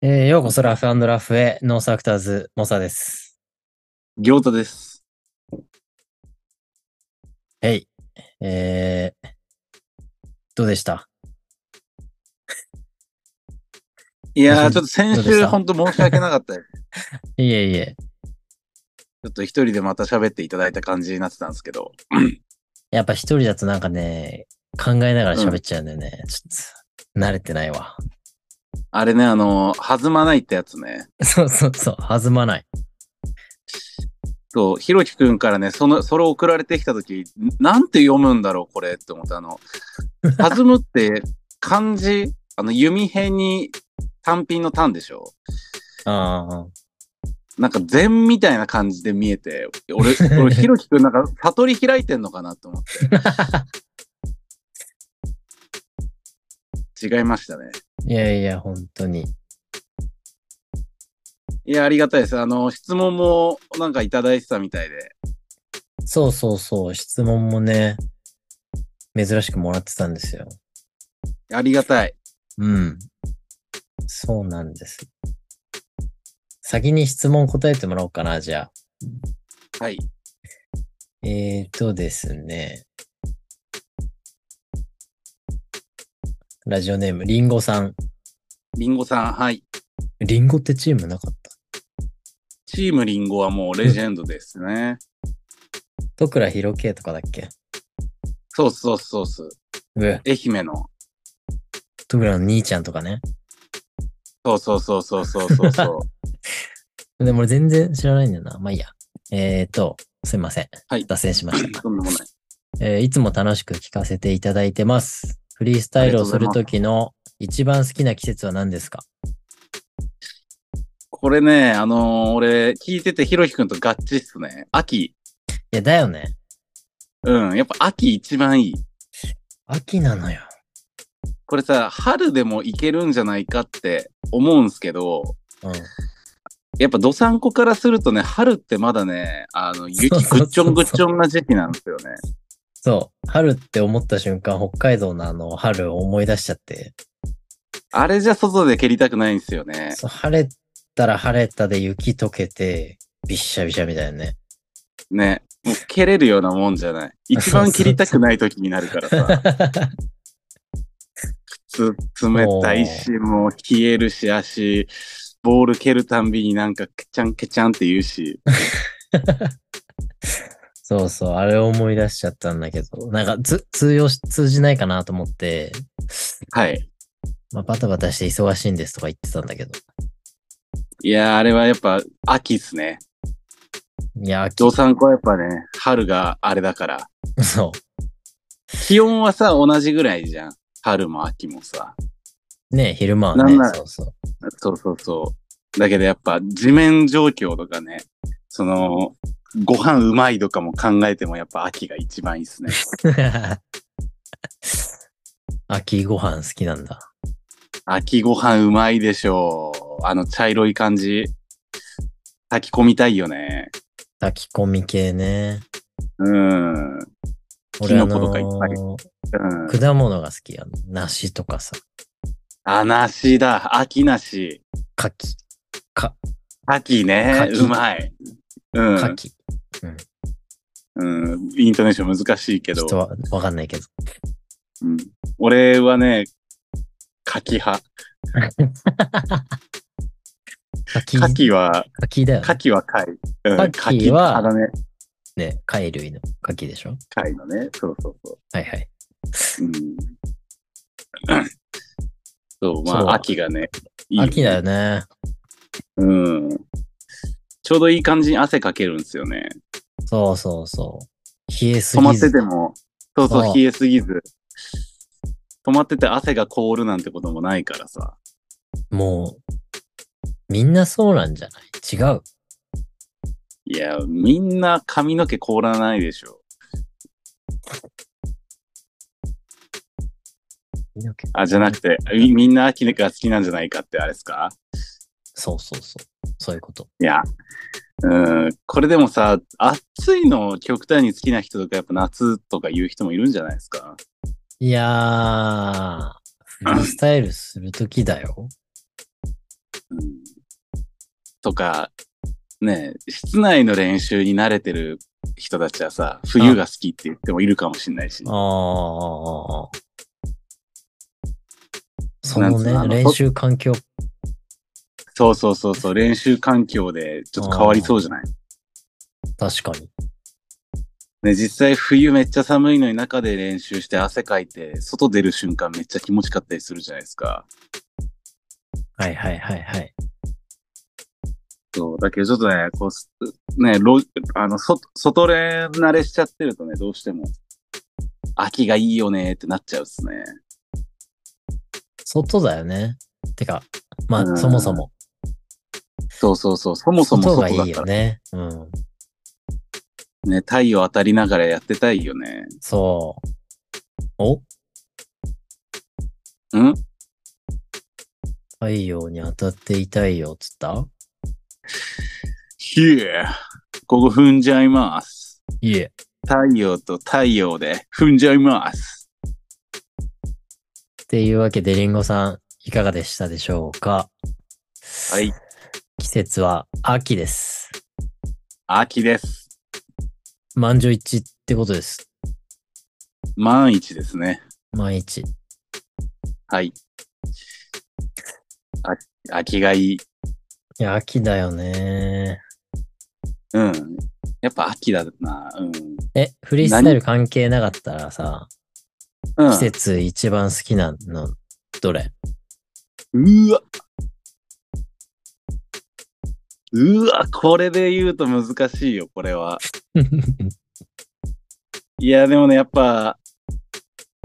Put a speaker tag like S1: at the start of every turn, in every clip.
S1: えー、ようこそラフラフへ、ノースアクターズ、モサです。
S2: 行太です。
S1: はい。えー、どうでした
S2: い や
S1: どうで
S2: ー、ちょっと先
S1: どうでし
S2: 週
S1: た
S2: 本当申し訳なかったよ。 ち
S1: いえいえ。
S2: ょっと一人でまた喋っていただいた感じになってたんですけど。
S1: やっぱ一人だとなんかね、考えながら喋っちゃうんだよね。ちょっと、慣れてないわ。
S2: あれね、あのー、弾まないってやつね。
S1: そうそうそう、弾まない。
S2: そう、ひろきくんからね、その、それ送られてきたとき、なんて読むんだろう、これって思って、あの、弾むって漢字、あの、弓辺に単品の単でしょ
S1: あ
S2: なんか禅みたいな感じで見えて、俺、俺、ひろきくんなんか悟り開いてんのかなと思って。
S1: あ。
S2: 違いましたね。
S1: いやいや、本当に。
S2: いや、ありがたいです。あの、質問もなんかいただいてたみたいで。
S1: そうそうそう、質問もね、珍しくもらってたんですよ。
S2: ありがたい。
S1: うん。そうなんです。先に質問答えてもらおうかな、じゃあ。
S2: はい。
S1: えーとですね。ラジオネーム、リンゴさん。
S2: リンゴさん、はい。
S1: リンゴってチームなかった
S2: チームリンゴはもうレジェンドですね。
S1: 戸倉博啓とかだっけ
S2: そうそうそうそう。
S1: う
S2: 愛媛の。
S1: 戸倉の兄ちゃんとかね。
S2: そうそうそうそうそうそうそう。
S1: でも俺全然知らないんだよな。まあいいや。えーと、すいません。
S2: はい
S1: 脱線しました。
S2: とんでもない。
S1: えーいつも楽しく聞かせていただいてます。フリースタイルをするときの一番好きな季節は何ですか
S2: これね、あのー俺、聞いててひろきくんと合致っすね。秋。
S1: いや、だよね。
S2: うん。やっぱ秋一番いい。
S1: 秋なのよ。
S2: これさ、春でもいけるんじゃないかって思うんすけど、
S1: うん。
S2: やっぱどさんこからするとね、春ってまだね、あの、
S1: そ
S2: 雪
S1: うそうそうそう
S2: ぐっちょんぐっちょんな時期なんですよね。
S1: そう。春って思った瞬間、北海道のあの春を思い出しちゃって。
S2: あれじゃ外で蹴りたくないんですよね。
S1: そう晴れたら晴れたで雪溶けて、びっしゃびしゃみたいなね。
S2: ね。もう蹴れるようなもんじゃない。一番蹴りたくない時になるか らさ。つ冷たいし、もう冷えるし、足、ボール蹴るたんびになんかケチャンケチャンって言うし。
S1: そうそう、あれを思い出しちゃったんだけど、なんかつ通用し、通じないかなと思って、
S2: はい。
S1: まあ、バタバタして忙しいんですとか言ってたんだけど。
S2: いやー、あれはやっぱ秋っすね。
S1: いや、秋
S2: 道、産子はやっぱね、春があれだから。
S1: そ
S2: 気温はさ、同じぐらいじゃん。春も秋もさ。
S1: う。ね昼間はね、
S2: なんなら
S1: そうそう。
S2: そうそうそう。だけどやっぱ地面状況とかね、その、ご飯うまいとかも考えてもやっぱ秋が一番いいっすね。
S1: 秋ご飯好きなんだ。
S2: 秋ご飯うまいでしょう。あの茶色い感じ。炊き込みたいよね。
S1: 炊き込み系ね。
S2: うん。うん。
S1: 俺あ
S2: キノコとかいっぱい
S1: のー果物が好きやの。梨とかさ、
S2: あ、梨だ。秋梨。
S1: 柿、
S2: 秋ね。
S1: 柿
S2: うまい。うん。
S1: 柿。
S2: うん。イントネーション難しいけ
S1: ちょ
S2: ど
S1: っ。とわわかんないけど。
S2: うん、俺はね、柿派。
S1: 柿、
S2: 柿は、
S1: 柿だよね。
S2: 柿は貝。うん、
S1: 柿は
S2: 柿派だね。
S1: ね、貝類の柿でしょ
S2: 貝のね。そうそうそ
S1: はいはい。
S2: う。うん。そう、ま
S1: そう
S2: あ、秋がね、いいよね
S1: 秋だよね。
S2: うん。ちょうどいい感じに汗かけるんですよね。
S1: そうそうそう。冷えす
S2: 止ま
S1: ぎ
S2: っ
S1: ず。
S2: てても、そう
S1: そ
S2: そうう、冷えすぎず。止まってて汗が凍るなんてこともないからさ。
S1: もう、みんなそうなんじゃない違う。
S2: いや、みんな髪の毛凍らないでしょ。あ、じゃなくて、みみんな秋が好きなんじゃないかってあれですか
S1: そうそうそう。そういうこと。
S2: いや。うん、これでもさ、暑いのを極端に好きな人とか、やっぱ夏とか言う人もいるんじゃないですか
S1: いやー、フリースタイルするときだよ。
S2: うんとか、ねえ、室内の練習に慣れてる人たちはさ、冬が好きって言ってもいるかもしれないし、
S1: ああ。そ
S2: なん
S1: の
S2: つうのあ
S1: ね、
S2: の
S1: 練習環境。
S2: そうそうそうそう、練習環境でちょっと変わりそうじゃない
S1: 確かに。
S2: ね、実際冬めっちゃ寒いのに中で練習して汗かいて、外出る瞬間めっちゃ気持ちかったりするじゃないですか。
S1: はいはいはいはい。
S2: そう、だけどちょっとね、こうす、ね、ロあの、外、外練慣れしちゃってるとね、どうしても、秋がいいよねってなっちゃうっすね。
S1: 外だよね。てか、ま
S2: う
S1: あ、
S2: ん
S1: そもそも。
S2: そうそうそう、そもそも
S1: 外が
S2: 外
S1: い
S2: だ
S1: い
S2: か
S1: よ
S2: ら
S1: ね。うん。
S2: ね、太陽当たりながらやってたいよね。
S1: そう。お
S2: ん
S1: 太陽に当たっていたいよ、つった
S2: ひえ、ここ踏んじゃいます。
S1: いえ。
S2: 太陽と太陽で踏んじゃいます。
S1: っていうわけで、リンゴさん、いかがでしたでしょうか
S2: はい、
S1: 季節は秋です。
S2: 秋です。
S1: 満場一致ってことです。
S2: 万一ですね。
S1: 毎日。
S2: はい。あ、秋がいい。
S1: いや、秋だよね。
S2: うん。やっぱ秋だな。うん。
S1: え、フリースタイル関係なかったらさ、
S2: うん
S1: 季節一番好きなの、どれ
S2: うわ。うわ、これで言うと難しいよ、これは。いや、でもね、やっぱ、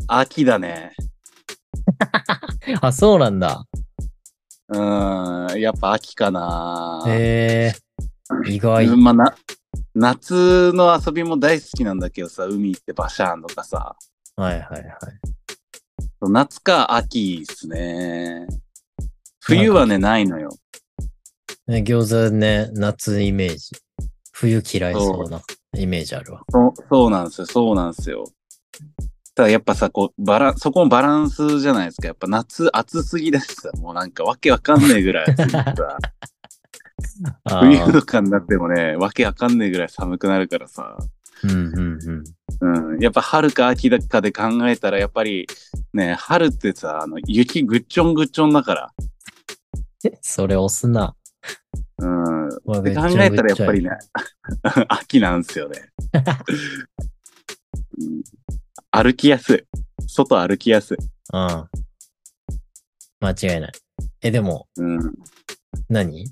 S2: 秋だね。
S1: あ、そうなんだ。
S2: うん。やっぱ秋かな。
S1: へえ意外。
S2: うんまあ、な、夏の遊びも大好きなんだけどさ、海行ってバシャーンとかさ。
S1: はいはいはい。
S2: 夏か秋ですね。冬はね、ないのよ。
S1: ね、餃子ね、夏イメージ。冬嫌いそうなイメージあるわ。
S2: そうそうなんですよ、そうなんですよ。ただやっぱさ、こう、バラン、そこもバランスじゃないですか。やっぱ夏暑すぎだしさ、もうなんかわけわかんねえぐらい暑いからさ。
S1: あ
S2: 冬
S1: ー
S2: とかになってもね、わけわかんねえぐらい寒くなるからさ。
S1: うんうんうん。
S2: うん。やっぱ春か秋だかで考えたら、やっぱりね、春ってさ、あの、雪ぐっちょんぐっちょんだから。
S1: それ押すな。
S2: うん。
S1: うわ
S2: っ
S1: め
S2: て
S1: っち
S2: 考
S1: ゃ
S2: えたらやっぱり
S1: め
S2: ね、 秋なんです よね、うん歩きやすい。外歩きやすい。
S1: ちゃいうん。間違いない。え、でも、
S2: うん。
S1: 何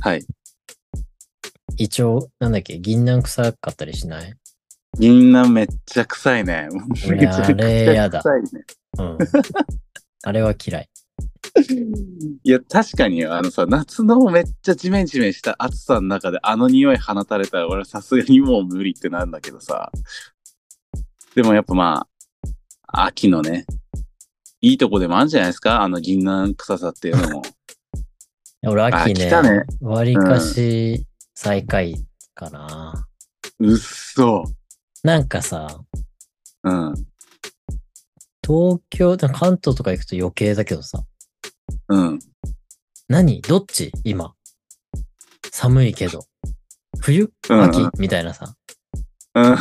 S2: はい。
S1: 一応、なんだっけ、銀杏臭かったりしない
S2: 銀杏めっちゃ臭いね。
S1: 俺
S2: めちゃく
S1: あれ
S2: ち
S1: や
S2: ゃ
S1: だ
S2: 臭いね。
S1: うん。あれは嫌い。
S2: いや、確かによあのさ、夏のめっちゃジメジメした暑さの中であの匂い放たれたら俺はさすがにもう無理ってなるんだけどさ。でもやっぱまあ、秋のね、いいとこでもあるんじゃないですかあの銀杏臭さっていうの も。
S1: 俺、秋
S2: あ
S1: ね
S2: 来、たね
S1: わりかし最下位かな。
S2: うっそ。
S1: なんかさ、
S2: うん。
S1: 東京、関東とか行くと余計だけどさ、
S2: うん。
S1: 何どっち今。寒いけど。冬
S2: うん
S1: 秋、みたいなさ、
S2: うん。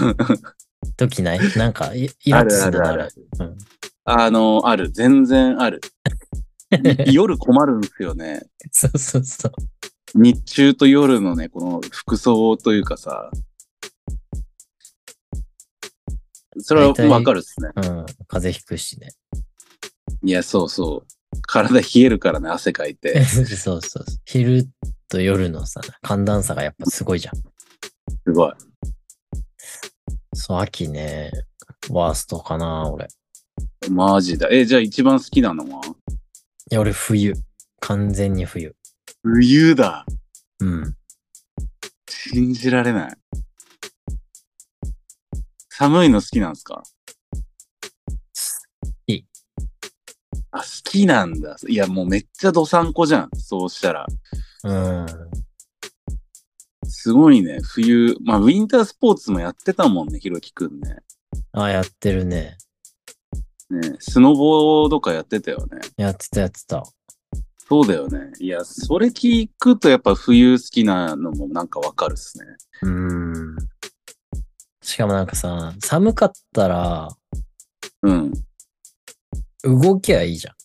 S1: 時ないなんかイ、イラッとするの
S2: あ
S1: あ
S2: るあ
S1: る
S2: る。あの、ある。全然ある。い夜困るんですよね。
S1: そうそうそう。
S2: 日中と夜のね、この服装というかさ。それは
S1: 大体
S2: わかるっすね。
S1: うん。風邪ひくしね。
S2: いや、そうそう。体冷えるからね、汗かいて。
S1: そうそうそう。昼と夜のさ、寒暖差がやっぱすごいじゃん。
S2: すごい。
S1: そう、秋ね、ワーストかな、俺。い
S2: マジだ。え、じゃあ一番好きなのは
S1: や、俺冬。完全に冬。
S2: 冬だ。
S1: うん。
S2: 信じられない。寒いの好きなんですか
S1: き
S2: あ、好きなんだ。いや、もうめっちゃどさんこじゃん。そうしたら。
S1: うん。
S2: すごいね。冬、まあ、ウィンタースポーツもやってたもんね、ひろきくんね。
S1: あ、やってるね。
S2: ね、スノボーとかやってたよね。
S1: やってた、やってた。
S2: そうだよね。いや、それ聞くとやっぱ冬好きなのもなんかわかるっすね。
S1: うん。しかもなんかさ、寒かったら
S2: うん。
S1: 動きゃいいじゃ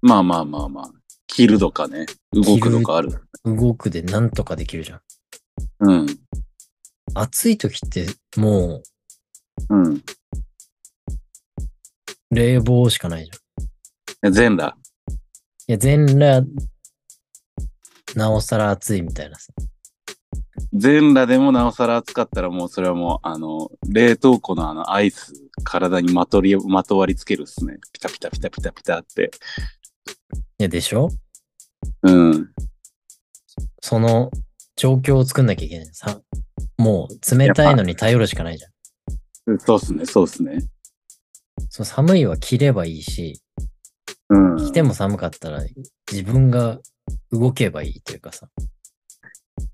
S2: まあまあまあまあ。着るとかね。動くとかある。
S1: ん。動くでなんとかできるじゃん。
S2: うん。
S1: 暑い時っても
S2: うん。
S1: う冷房しかないじゃん。
S2: 全裸。
S1: いや、全裸、なおさら暑いみたいなさ。
S2: 全裸でもなおさら暑かったらもうそれはもう、あの、冷凍庫のあのアイス、体にまとり、まとわりつけるっすね。ピタピタピタピタピタって。
S1: いや、でしょ
S2: うん。
S1: その状況を作んなきゃいけない。さもう冷たいのに頼るしかないじゃん。
S2: そうっすね、そうっすね。
S1: そう寒いは着ればいいし、
S2: うん。
S1: 着ても寒かったら自分が動けばいいというかさ、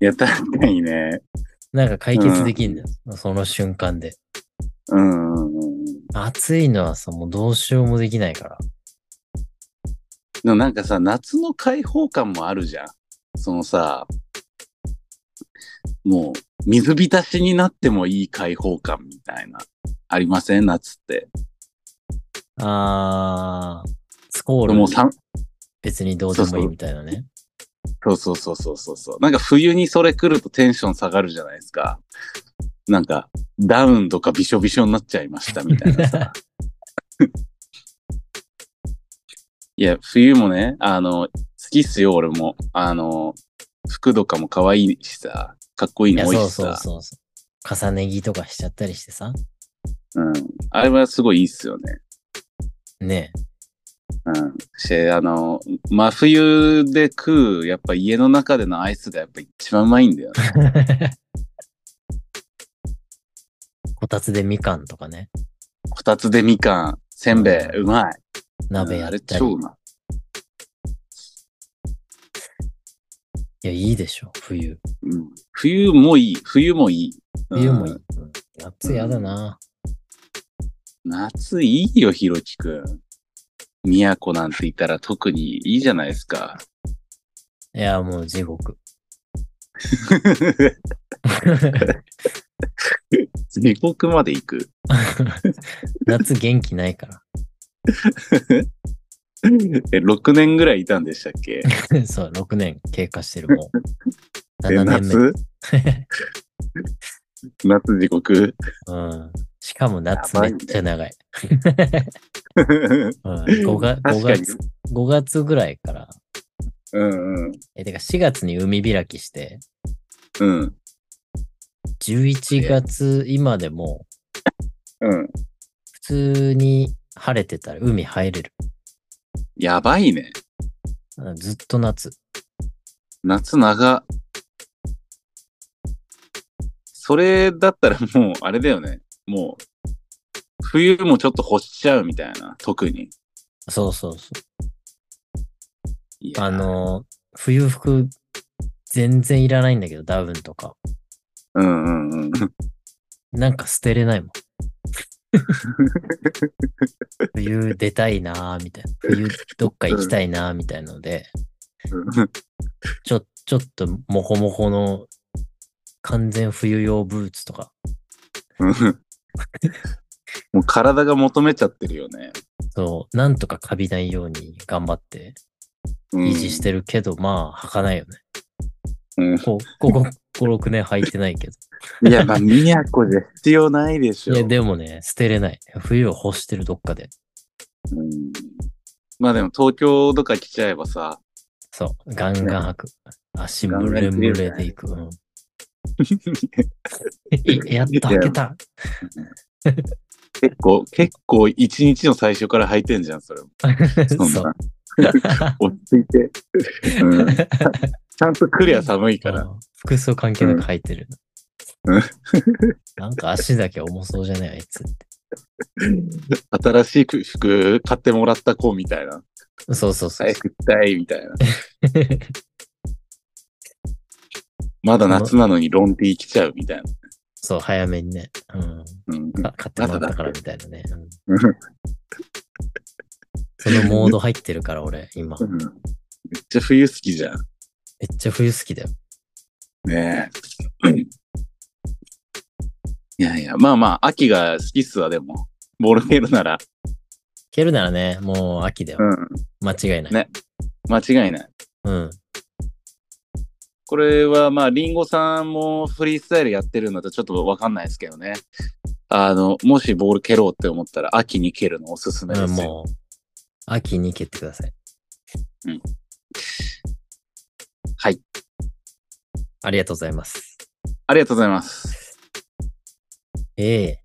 S2: いや、確かにね。
S1: なんか解決できるんだよ。その瞬間で。
S2: うんうんうん。で
S1: 暑いのはさ、もうどうしようもできないから。
S2: もなんかさ、夏の開放感もあるじゃん。そのさ、もう、水浸しになってもいい開放感みたいな。ありません夏って。
S1: あー、スコー
S2: もう
S1: ル
S2: さ
S1: 別にどうでもいいみたいな ね。
S2: そうそうそうそうそうそう。なんか冬にそれ来るとテンション下がるじゃないですか。なんか、ダウンとかびしょびしょになっちゃいました みたいなさ。いや、冬もね、あの、好きっすよ、俺も。あの、服とかも可愛いしさ、かっこいい
S1: いや、
S2: の多い
S1: そう
S2: し
S1: そう
S2: さ。
S1: そうそう。重ね着とかしちゃったりしてさ。
S2: うん。あれはすごいいいっすよね。
S1: ねえ
S2: うん。して、あの、真冬で食う、やっぱ家の中でのアイスがやっぱ一番うまいんだよ ね。
S1: こたつでみかんとかね。
S2: こたつでみかん、せんべい、うまい。
S1: 鍋や
S2: あ
S1: っ
S2: れ
S1: た
S2: 超
S1: り。
S2: うまい。
S1: いや、いいでしょ、冬。
S2: うん冬もいい。冬もいい。
S1: 冬もいい。
S2: う
S1: うんん夏やだな。
S2: 夏いいよ、ひろきくん。宮古なんていたら特にいいじゃないですか。
S1: いや、もう地 獄。
S2: 地獄まで行く。
S1: 夏元気ないか
S2: え、6年ぐらいいたんでしたっけ
S1: ら。 そう、6年経過してる、もう。
S2: え
S1: 7年目。
S2: 夏夏地獄
S1: うん。しかも夏
S2: や
S1: め
S2: ばい
S1: っ
S2: ね
S1: ちゃ長い。
S2: 確
S1: うん、5, 月5
S2: かに。
S1: 月、5月ぐらいから。
S2: うんうん。
S1: え、てか4月に海開きして、
S2: うん。
S1: 11月今でも
S2: うん。
S1: 普通に晴れてたら海入れる。
S2: やばいね。
S1: うんずっと夏。
S2: 夏長。それだったらもう、あれだよね。もう、冬もちょっと干しちゃうみたいな、特に。
S1: そうそうそう。
S2: いや
S1: あ、の、冬服全然いらないんだけど、ダウンとか。
S2: うんうんうん。
S1: なんか捨てれ ないもん。冬出たいなーみたいな。冬どっか行きたいなーみたいので、ちょ、ちょっともほもほの完全冬用ブーツとか、
S2: もう体が求めちゃってるよね。
S1: そう、なんとかカビないように頑張って
S2: うん
S1: 維持し。てるけど、まあ、履かないよね。
S2: うん
S1: こここ5、6年 履いてないけど。
S2: いや、まあ、宮古で必要ないでしょ。
S1: いや、でもね、捨てれない。冬を干してるどっかで。
S2: うんまあでも東京とか来ちゃえばさ、
S1: そう、ガンガン履く。足
S2: ガンガ
S1: む
S2: ン
S1: れ
S2: 切
S1: む
S2: れる
S1: れでいく。うん、えやっと履けた。
S2: 結構、結構一日の最初から履いてんじゃん、それも。そん
S1: そう
S2: な。 落ち着いて、うんちゃんとクリア寒いから。
S1: うん服装関係なく履いてる。
S2: うん
S1: なんか足だけ重そうじゃないあいつって。
S2: 新しい服買ってもらった子みたいな。
S1: そうそうそう。
S2: 早く着たいみたいな。まだ夏なのにロンティー着ちゃうみたいな。
S1: そう、早めにね。うん。
S2: うん、
S1: か買ってもらったからみたいなね。うんそのモード入ってるから、俺、今
S2: う。んちゃ冬好きじゃん。
S1: めっちゃ冬好きだよ。
S2: ねえ。いやいや、まあまあ、秋が好きっすわ、でも。ボールペルなら。
S1: 蹴るならね、もう秋だよ。
S2: うん。
S1: 間違いない。
S2: ね間違いない。
S1: うん。
S2: これはまあ、リンゴさんもフリースタイルやってるのとちょっとわかんないですけどね。あの、もしボール蹴ろうって思ったら、秋に蹴るのおすすめ
S1: う
S2: で
S1: ん、
S2: すよ。
S1: もう、秋に蹴ってください。
S2: はい。
S1: ありがとうございます。
S2: ありがとうございます。
S1: ええ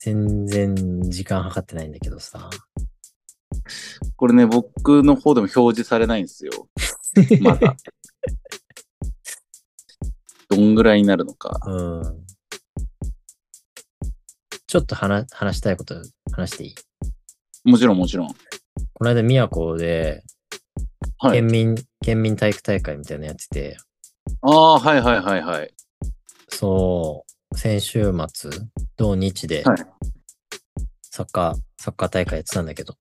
S1: 全然時間計ってないんだけどさ。
S2: これね、僕の方でも表示されないんですよ。まだ。 どんぐらいになるのか。
S1: うん。ちょっと話話したいこと話していい
S2: もちろんもちろん。
S1: この間宮古で
S2: はい
S1: 県。民、県民体育大会みたいなのやってて、
S2: ああ、はいはいはいはい。
S1: そう、先週末、同日で
S2: はい
S1: サッカー、サッカー大会やってたんだけど、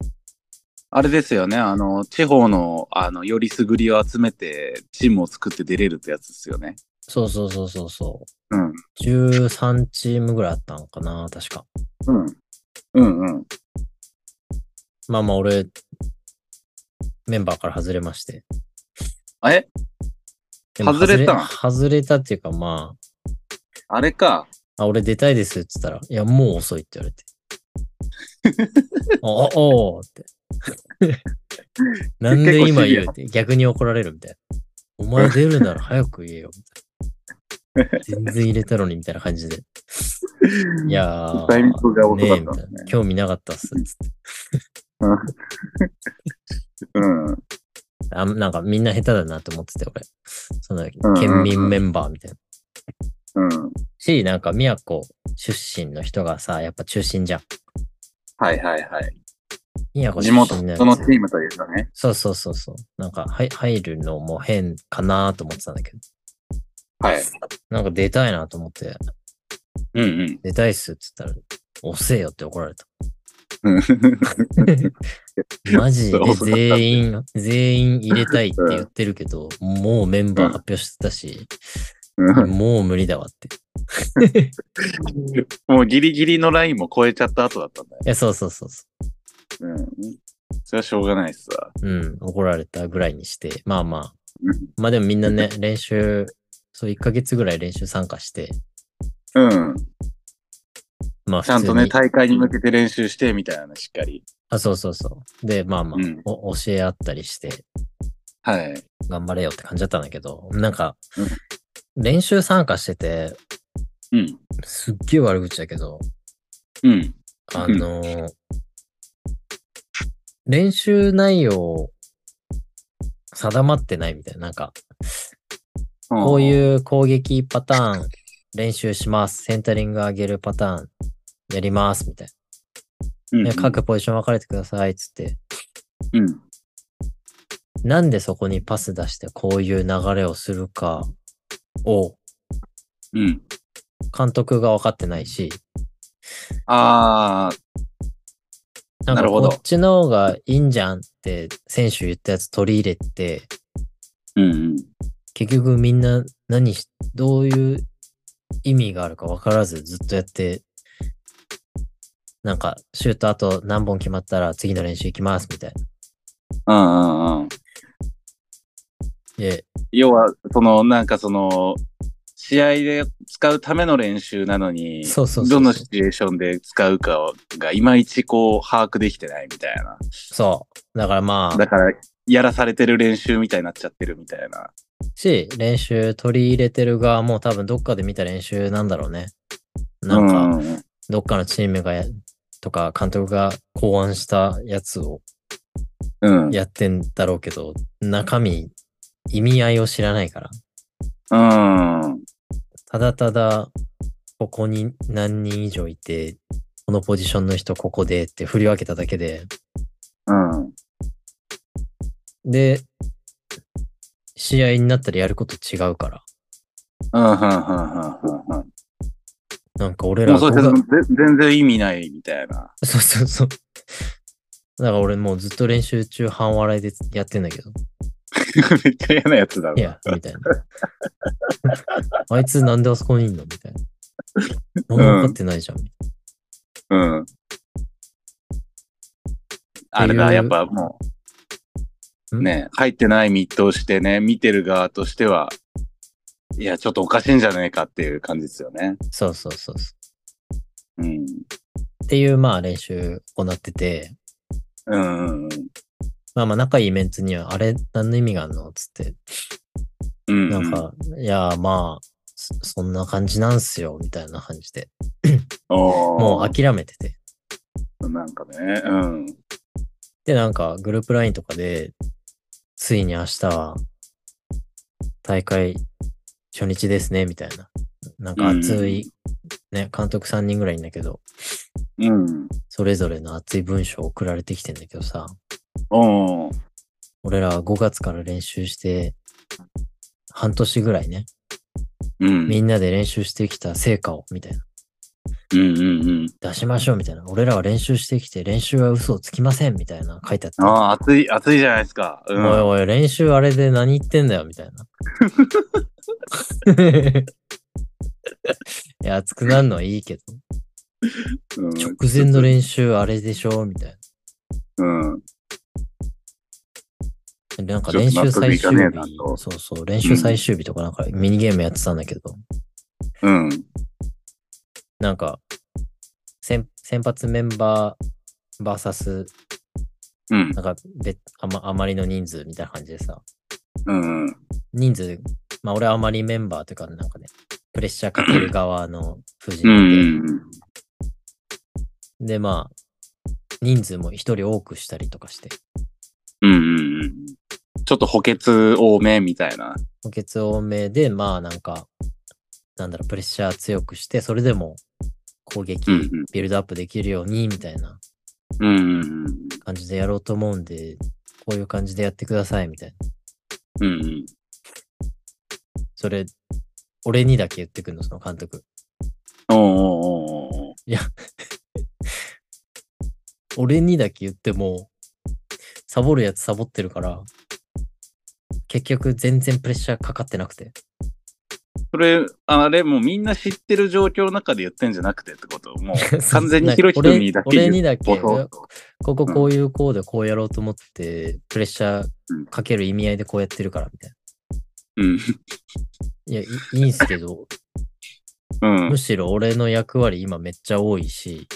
S2: あれですよね。あの、地方の、あの、よりすぐりを集めて、チームを作って出れるってやつですよね。
S1: そうそうそうそうそう。
S2: うん。
S1: 13チームぐらいあったのかな、確か。
S2: うん。うんうん。
S1: まあまあ、俺、メンバーから外れまして。
S2: あえ
S1: でも
S2: 外れたん
S1: 外れたっていうか、ま
S2: あれか。
S1: あ、あ、俺出たいですって言ったら、いや、もう遅いって言われて。おおおー って。なんで今言うって、逆に怒られるみたいな。お前出るなら早く言えよ、み たいな。全然入れたのに、みたいな感じで。いやー、
S2: タイミングが遅かったん
S1: ねえみ
S2: です
S1: た
S2: ね
S1: いな興味なかったっす、つって。
S2: うん。
S1: あなんかみんな下手だなと思ってて、俺。その
S2: んうん
S1: 県民メンバーみたいな。
S2: うん。
S1: し、なんか宮古出身の人がさ、やっぱ中心じゃん。
S2: はいはいはい。
S1: 宮古
S2: 地
S1: 出
S2: 元、
S1: 身のやつ
S2: そのチームというかね。
S1: そうそうそうそう。なんかはい入るのも変かなと思ってたんだけど。
S2: はい。
S1: なんか出たいなと思って、
S2: うんうん。
S1: 出たいっすって言ったら、押せよって怒られた。
S2: うん
S1: マジで
S2: そう
S1: 全員、全員入れたいって言ってるけど、もうメンバー発表してた し、
S2: うん
S1: もう無理だわって。
S2: もうギリギリのラインも超えちゃった後だったんだよ。
S1: いや、そうそうそうそう。
S2: うん。それはしょうがないっすわ。
S1: うん、怒られたぐらいにして、まあま
S2: うん
S1: あ、まあでもみんなね、練習、そう、1ヶ月ぐらい練習参加して、
S2: うん。
S1: まあ
S2: ちゃ
S1: 普
S2: ん
S1: 通
S2: とね、
S1: に、
S2: 大会に向けて練習してみたいなの、しっかり。
S1: あ、そうそうそう。で、まあまあ、
S2: うん
S1: お教え合ったりして、
S2: はい。
S1: 頑張れよって感じだったんだけど、なんか
S2: うん、
S1: 練習参加してて、
S2: うん。
S1: すっげえ悪口だけど、
S2: うん。
S1: あのー練習内容、定まってないみたいな、なんか、こう
S2: う。
S1: いう攻撃パターン練習します。センタリング上げるパターンやります。みたい
S2: うん
S1: な。で各ポジション分かれてください。つって。
S2: うん。
S1: なんでそこにパス出してこういう流れをするかを
S2: うん。
S1: 監督が分かってないし、
S2: ああ、
S1: なん
S2: な
S1: か
S2: るほ
S1: こ
S2: ど
S1: っちの方がいいんじゃんって選手言ったやつ取り入れて、
S2: うんうん。
S1: 結局みんな何し、どういう意味があるか分からずずっとやって、なんかシュートあと何本決まったら次の練習行きますみたいな。
S2: うんうんうん。
S1: で、
S2: 要は、その、なんかその、試合で使うための練習なのに、
S1: そうそうそうそう
S2: どのシチュエーションで使うかが、いまいちこう、把握できてないみたいな。
S1: そう。だからま
S2: だ
S1: あ、
S2: から、やらされてる練習みたいになっちゃってるみたいな。
S1: し、練習取り入れてる側も多分どっかで見た練習なんだろうね。なん
S2: う
S1: か、
S2: んうん
S1: どっかのチームがや、とか監督が考案したやつを
S2: うん。
S1: やってんだろうけど、中身、意味合いを知らないから。
S2: うん。
S1: ただただ、ここに何人以上いて、このポジションの人ここでって振り分けただけで、
S2: うん。
S1: で、試合になったらやること違うから。
S2: うん、うん、うん、うん、うん。
S1: なんか俺ら
S2: もうそうして
S1: 語学
S2: ぜ全然意味ないみたいな。
S1: そうそうそう。だから俺もうずっと練習中半笑いでやってんだけど。
S2: めっちゃ嫌なやつだろ。
S1: いや、みたい な。あいつなんであそこにいんのみ たいな。何も分かってないじゃん。
S2: うん。あれだ、やっぱもう、
S1: ん
S2: ね、入ってないミットをしてね、見てる側としては、いや、ちょっとおかしいんじゃねえかっていう感じですよね。
S1: そうそうそうそ
S2: うん。
S1: う。っていう、まあ練習行ってて、
S2: うんうんうん。
S1: まあまあ仲いいメンツには、あれ何の意味があるのつって、
S2: うんう
S1: なん
S2: ん。
S1: か、いや、まあ、そそんな感じなんすよ、みたいな感じで。も
S2: も
S1: う諦めてて。
S2: う、なんかね、うん。
S1: で、なんか、グループ LINE とかで、ついに明日は、大会初日ですね、みたいな。なんか熱い、ね、監督3人ぐらいいんだけど、
S2: うん。
S1: それぞれの熱い文章送られてきてんだけどさ、
S2: おー
S1: 俺らは5月から練習して、半年ぐらいね、
S2: うん。
S1: みんなで練習してきた成果を、みたいな。
S2: うんうんうん。
S1: 出しましょう、みたいな。俺らは練習してきて、練習は嘘をつきません、みたいな書いてあった。
S2: ああ、暑い、暑いじゃないですか。う
S1: おい
S2: ん。
S1: おい、練習あれで何言ってんだよ、みたいな。 いや、熱くなるのはいいけど、
S2: うん
S1: 直前の練習あれでしょ、みたい
S2: うん。
S1: な。なんか
S2: ちょっ
S1: 練
S2: と
S1: 習最終
S2: 納得いかねえ
S1: 日
S2: なと、
S1: そうそう、練習最終日とかなんかミニゲームやってたんだけど、
S2: うん。
S1: なんか、先先発メンバー、バーサス、
S2: うん。
S1: なんか別あま、あまりの人数みたいな感じでさ、
S2: うん。
S1: 人数、まあ俺はあまりメンバーというか、なんかね、プレッシャーかける側 の藤
S2: う
S1: 野で、
S2: ん。
S1: で、まあ、人数も一人多くしたりとかして、
S2: うんうんうん。ちょっと補欠多めみたいな。
S1: 補欠多めで、まあなんか、なんだろう、プレッシャー強くして、それでも攻撃
S2: うんうん、
S1: ビルドアップできるように、みたいな
S2: うんうん
S1: 感じでやろうと思うんで、こういう感じでやってください、みたいな。
S2: うん。うん
S1: それ、俺にだけ言ってくるの、その監督。
S2: うん。おーおーおーおー
S1: 俺にだけ言っても、サボるやつサボってるから、結局全然プレッシャーかかってなくて。
S2: それ、あれ、もうみんな知ってる状況の中で言ってんじゃなくてってこともう
S1: そう
S2: 完全に
S1: なん
S2: ひ
S1: か
S2: ろきくんにだけ
S1: 俺俺
S2: 言
S1: に
S2: う。
S1: だけ、
S2: ボソッ
S1: ことここういうこうでこうやろうと思って、プレッシャ
S2: うん
S1: ーかける意味合いでこうやってるから、みたいな。
S2: うん。
S1: いや、いいい んすけど、
S2: うん
S1: む。しろ俺の役割今めっちゃ多いし、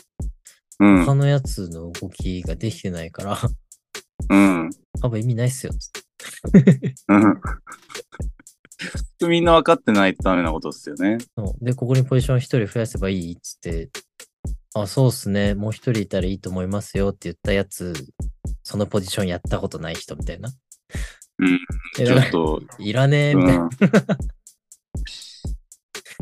S2: うん。
S1: 他のやつの動きができてないから、
S2: うん。
S1: 多分意味ないっすよ、つって。
S2: うん。みんな分かってないとダメなことですよね。
S1: そうで、ここにポジション一人増やせばいいっつって、あ、そうっすね、もう一人いたらいいと思いますよって言ったやつ、そのポジションやったことない人みたいな。
S2: うん
S1: え。
S2: ち
S1: だ
S2: ょ
S1: から
S2: っと、
S1: いらねえ、みたいな。
S2: うん、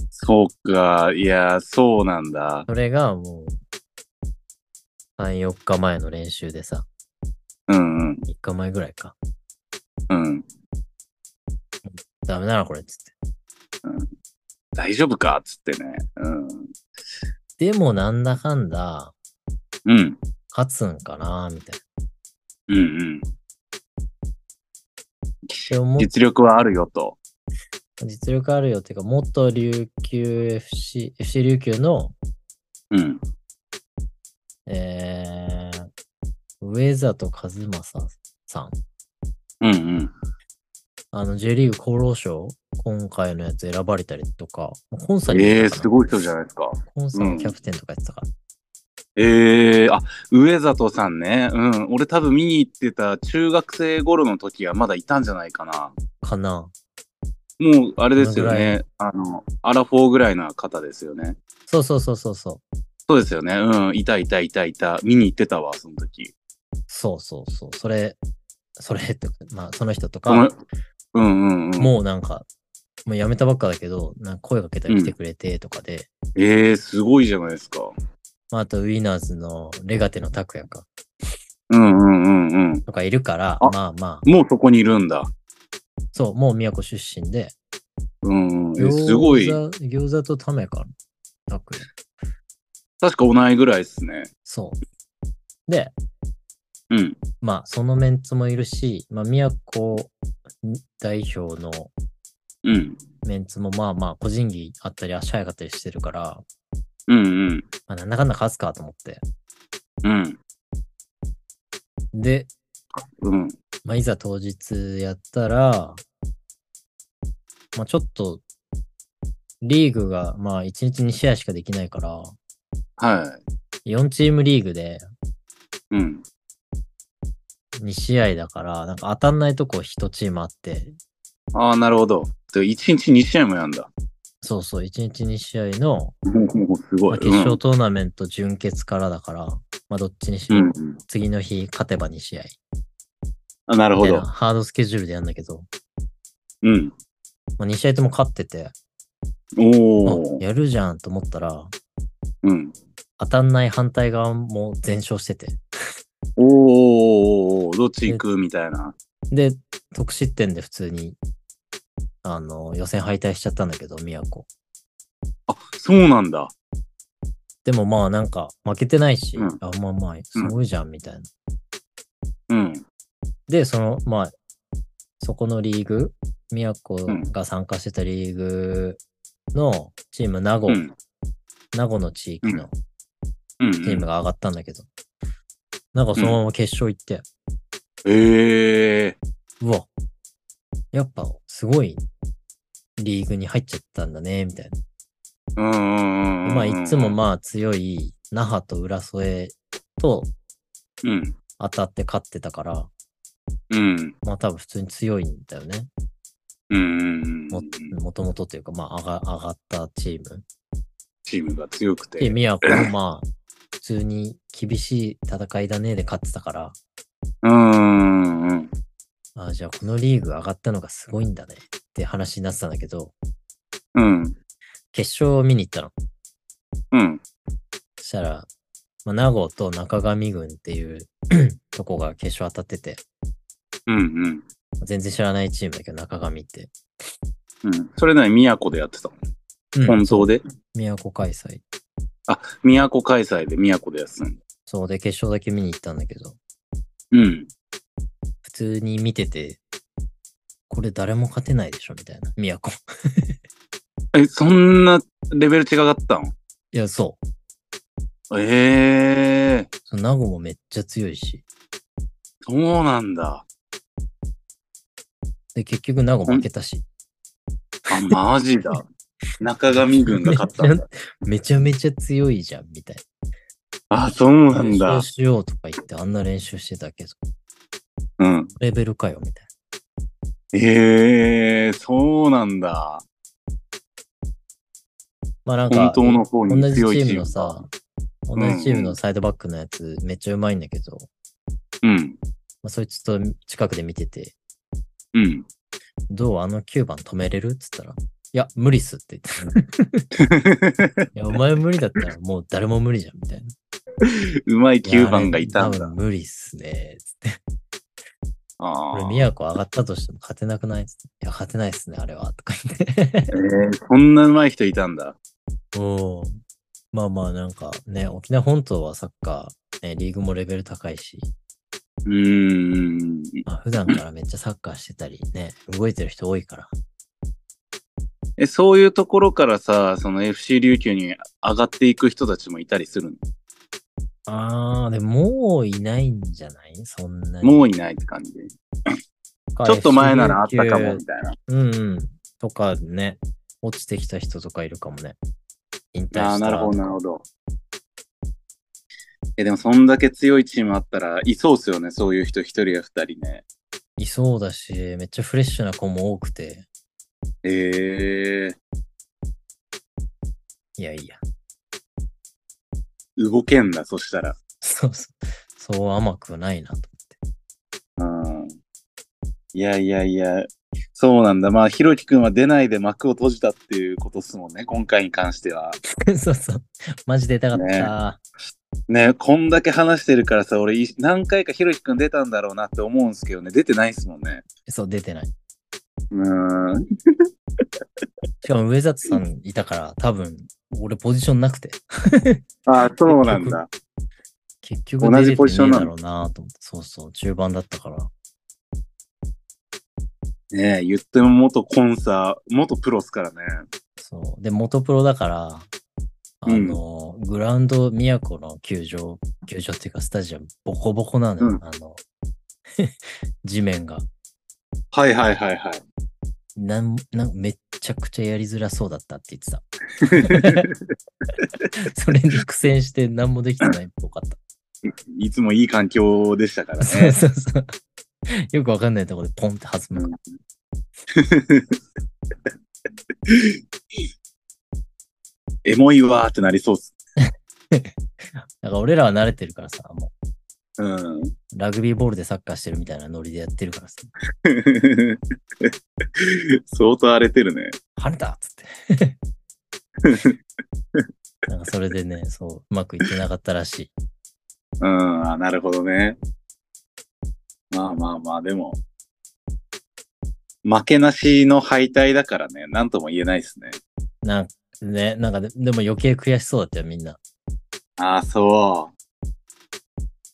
S2: そうか、いや、そうなんだ。
S1: それがもう、3、4日前の練習でさ、
S2: うんうん
S1: 3日前ぐらいか。
S2: うん。
S1: ダメだな、これ、つっ
S2: 大丈夫かっつってね。うん。
S1: て。でも、なんだかんだ、
S2: うん。
S1: 勝つんかな、みたいな。っ
S2: うんうん。
S1: て思っ
S2: 実力はあるよと。
S1: 実力あるよっていうか、元琉球 FC、FC 琉球の、
S2: うん。
S1: えー、上里和正さん。
S2: うんうん。
S1: あの、J リーグ厚労省、今回のやつ選ばれたりとか、コンサに
S2: ええー、すごい人じゃ
S1: い。
S2: ないですか。
S1: コンサのキャプテンとかやってたから。
S2: ええー、あ、上里さんね。うん。俺多分見に行ってた中学生頃の時はまだいたんじゃないかな。
S1: かな。
S2: もう、あれですよ
S1: このぐら
S2: ね。あの、アラフォーぐらいな方ですよね。
S1: そうそうそうそうそう。
S2: そうですよね。うん。いたいたいたいた。見に行ってたわ、その時。
S1: そうそうそう。それ、それとか、まあ、その人と
S2: この
S1: か、
S2: うんうんうん。
S1: もうなんか、もうやめたばっかだけど、なんか声かけたら来てくれてとかで、
S2: ええすごいじゃないですか。
S1: まあ、あとウィナーズのレガテの拓也か、
S2: うんうんうんうん。
S1: とかいるから、
S2: あ
S1: まあまあ、
S2: もうそこにいるんだ。
S1: そう、もう宮古出身で、
S2: うん、うん。えすごい。
S1: 餃子餃子とタメか、拓也。
S2: 確か同いぐらいですね。
S1: そう。で、
S2: うん。
S1: まあ、そのメンツもいるし、まあ、宮古代表の
S2: うん。
S1: メンツもまあまあ、個人技あったり、足早かったりしてるから、
S2: うんうん。
S1: まあ、なんだかんだ勝つかと思って。
S2: うん。
S1: で、
S2: うん。
S1: まあ、いざ当日やったら、まあ、ちょっと、リーグが、まあ、1日2試合しかできないから、
S2: は
S1: 4チームリーグで
S2: い。うん。
S1: 2試合だから、なんか当たんないとこ1チームあって、
S2: ああ、なるほど。で、1日2試合もやんだ。
S1: そうそう、1日2試合の、
S2: もうすご
S1: まあ
S2: い。
S1: 決勝トーナメント準決からだから、まあ、どっちにしろ、
S2: うん。うん。
S1: 次の日勝てば2試合。
S2: あなる
S1: み
S2: ほ
S1: たいな
S2: ど。
S1: ハードスケジュールでやんだけど、
S2: うん。
S1: まあ、2試合とも勝ってて、あ
S2: おお。
S1: やるじゃんと思ったら、
S2: うん。
S1: 当たんない反対側も全勝してて。
S2: おお。どっち行くみたいな。
S1: で、得失点で普通に、あの、予選敗退しちゃったんだけど、宮古。
S2: あ、そうなんだ。
S1: でもまあなんか負けてないし、
S2: うん
S1: あ、まあまあ、すごいじゃんみたいな。
S2: うん。
S1: で、その、まあ、そこのリーグ、宮古
S2: うん
S1: が参加してたリーグのチーム、名護、
S2: うん。
S1: 名護の地域の
S2: うん
S1: チームが上がったんだけど、名護そのまま決勝行って、
S2: ええ
S1: うわ、やっぱすごいリーグに入っちゃったんだね、みたい
S2: うんうんうんう
S1: な。
S2: ん。
S1: まあ、いつもまあ強い那覇と浦添と
S2: うん。
S1: 当たって勝ってたから、
S2: うん。
S1: まあ多分普通に強いんだよね。
S2: うんうんう
S1: も
S2: ん。
S1: もともとというか、まあ上が上がったチーム。
S2: チームが強く
S1: で、
S2: て。
S1: 宮古もまあ、普通に厳しい戦いだねで勝ってたから、
S2: うんうんうん。
S1: あじゃあこのリーグ上がったのがすごいんだねって話になってたんだけど、
S2: うん。
S1: 決勝を見に行ったの。
S2: うん。
S1: そしたら、まあ、名護と中上郡っていうとこが決勝当たってて、
S2: うんうん。
S1: 全然知らないチームだけど、中上って。
S2: うん。それなりに宮古でやってたの。
S1: うん
S2: 本、当で。
S1: 宮古開催。
S2: 宮古開催で宮古でやってたの。
S1: そうで、決勝だけ見に行ったんだけど、
S2: うん。
S1: 普通に見てて、これ誰も勝てないでしょみたいな。宮古。
S2: え、そんなレベル違かったの
S1: いや、そう。
S2: ええ
S1: その名護もめっちゃ強いし。
S2: そうなんだ。
S1: で、結局名護負けたし。
S2: あ、マジだ。中上軍が勝ったんだ。
S1: めちゃめちゃ強いじゃん、みたい
S2: あ、そうな
S1: な。
S2: んだ
S1: そう。しようとか言ってあんな練習してたけど、
S2: うん。
S1: レベルかよ、みたい
S2: ええそうなん
S1: な。
S2: だ。
S1: まあなんか
S2: 本、当の方
S1: 同
S2: に
S1: じチ
S2: 強いチ
S1: ー
S2: ー
S1: ム
S2: ム
S1: のさ
S2: か。、
S1: 同
S2: んうん
S1: じチームのサイドバックのやつ、めっちゃうまいんだけど、
S2: うん。
S1: まあ、そいつと近くで見てて、
S2: うん。
S1: どうあの9番止めれるっつったら、いや、無理っすって言って た。いや、お前無理だったらもう誰も無理じゃん、みたいな。
S2: うまい9番がいたん
S1: やあ
S2: だ
S1: れ。多分無理っすね。つって。
S2: あ
S1: 俺、
S2: あ。
S1: 宮古上がったとしても勝てなくないっつって。いや、勝てないっすね、あれは。とか言って。
S2: えーそんなうまい人いたんだ。
S1: おーまあまあなんかね、沖縄本島はサッカー、ね、リーグもレベル高いし、
S2: うーん。
S1: まあ、普段からめっちゃサッカーしてたりね、動いてる人多いから。
S2: え、そういうところからさ、その FC 琉球に上がっていく人たちもいたりする
S1: あー、でももういないんじゃないそんな
S2: の
S1: に。
S2: もういないって感じ。ちょっと前ならあったかも、みたいな。
S1: うんうん。とかね、落ちてきた人とかいるかもね。引退した
S2: ああー、なるほど、なるほど。え、でもそんだけ強いチームあったら、いそうっすよね、そういう人一人や二人ね。
S1: いそうだし、めっちゃフレッシュな子も多くて、
S2: え
S1: いやいや、
S2: ー、動けんだ、そしたら。
S1: そうそう、そう甘くはないなと思 って。
S2: うん。いやいやいや、そうなんだ。まあ、ひろきくんは出ないで幕を閉じたっていうことっすもんね、今回に関しては。
S1: そうそう。マジ出たかった。
S2: ねねこんだけ話してるからさ、俺、い何回かひろきくん出たんだろうなって思うんすけどね、出てないっすもんね。
S1: そう、出てない。
S2: うーん。
S1: しかも上里さんいたから、多分、俺ポジションなくて。
S2: ああ、そうなんだ。
S1: 結局
S2: 同じポジションな
S1: 出
S2: の
S1: れてねえだろうなと思って。そうそう、中盤だったから。
S2: ねえ、言っても元コンサー、元プロっすからね。
S1: そう。で、元プロだから、あの、グラウンド宮古の球場、球場っていうかスタジアム、ボコボコなのよ。
S2: うん
S1: あの、 地面が。
S2: はいはいはいはい。
S1: なんなんめっちゃくちゃやりづらそうだったって言って た。それに苦戦して何もできてないっぽかった。
S2: いつもいい環境でしたから
S1: そう
S2: ね。
S1: そうそう。よくわかんないところでポンって弾むから。
S2: エモいわーってなりそうっす。
S1: だから俺らは慣れてるからさ、も
S2: うん。
S1: う ラグビーボールでサッカーしてるみたいなノリでやってるからさ、
S2: 相当荒れてるね。
S1: 跳ねたっつって。 なんかそれでね、そう、うまくいってなかったらしい。
S2: うん、あなるほどね。まあまあまあ、でも、負けなしの敗退だからね、なんとも言えないですね。
S1: なんね、なんかででも余計悔しそうだったよ、みんな。
S2: ああ、そう。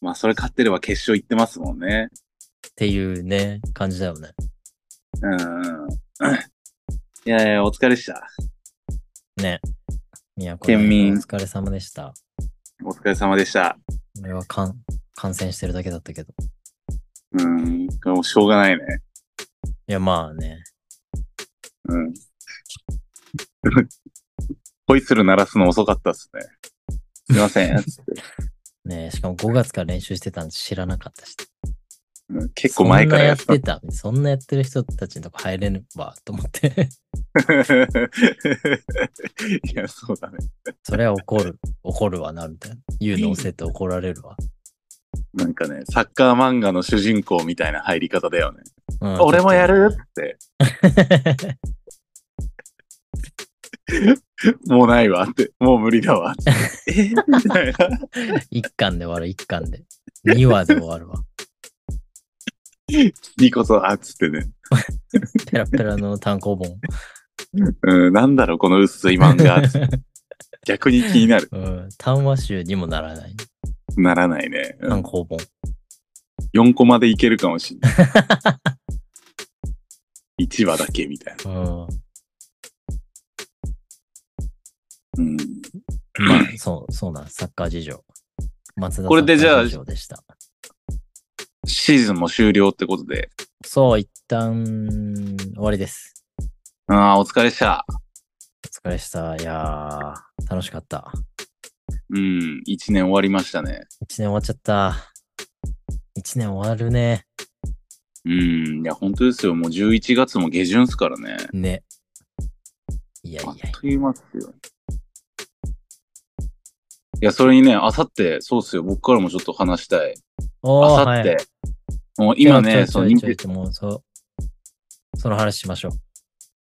S2: まあ、それ勝ってれば決勝行ってますもんね。
S1: っていうね、感じだよね。
S2: うんうん。いやいや、お疲れっした。
S1: ね。宮古
S2: 県民
S1: お疲れ様でした。
S2: お疲れ様でした。
S1: 俺はかん感染してるだけだったけど。
S2: うん、これもうしょうがないね。
S1: いや、まあね。
S2: うん。 ホイッスル鳴らすの遅かったっすね。すいません。
S1: ねしかも5月から練習してたんて知らなかったし。
S2: うん結構前からやって
S1: そんなやってた。そんなやってる人たちのとこ入れんわ、と思って。
S2: いや、そうだね。
S1: それは怒る。怒るわな、みたいな。言うのせって怒られるわ。
S2: なんかね、サッカー漫画の主人公みたいな入り方だよね。
S1: うん
S2: 俺もやるって、
S1: ちょっとね
S2: もうないわって、もう無理だわ って。えみたいな。
S1: 一巻で終わる、一巻で。2話で終わるわ。
S2: いいことあっつってね。
S1: ペラペラの単行本。
S2: うん、なんだろう、この薄い漫画。逆に気になる。
S1: うん。単話集にもならない。
S2: ならないね。うん
S1: 単行本。
S2: 4コマでいけるかもしんない。1話だけみたいな。
S1: うん。
S2: うん。
S1: まあ、そう、そうなんですサッカー事情。松田
S2: これでじゃ
S1: サッ
S2: あ
S1: カー事情でした。
S2: シーズンも終了ってことで。
S1: そう、一旦終わりです。
S2: ああ、お疲れっした。
S1: お疲れでした。いやー、楽しかった。
S2: うん、1年終わりましたね。
S1: 一年終わっちゃった。一年終わるね。
S2: うん、いや、本当ですよ。もう11月も下旬っすからね。
S1: ね。いやい
S2: あ
S1: や
S2: っ
S1: いや。
S2: という間っすよ。いや、それにね、あさって、そうっすよ。僕からもちょっと話したい。
S1: おー
S2: あさっ
S1: はい
S2: て、もう今
S1: ちょ
S2: ね、
S1: いち
S2: そ
S1: ょ
S2: の
S1: い
S2: 認
S1: ちょい
S2: 定、
S1: ちょいもうそう。その話しましょう。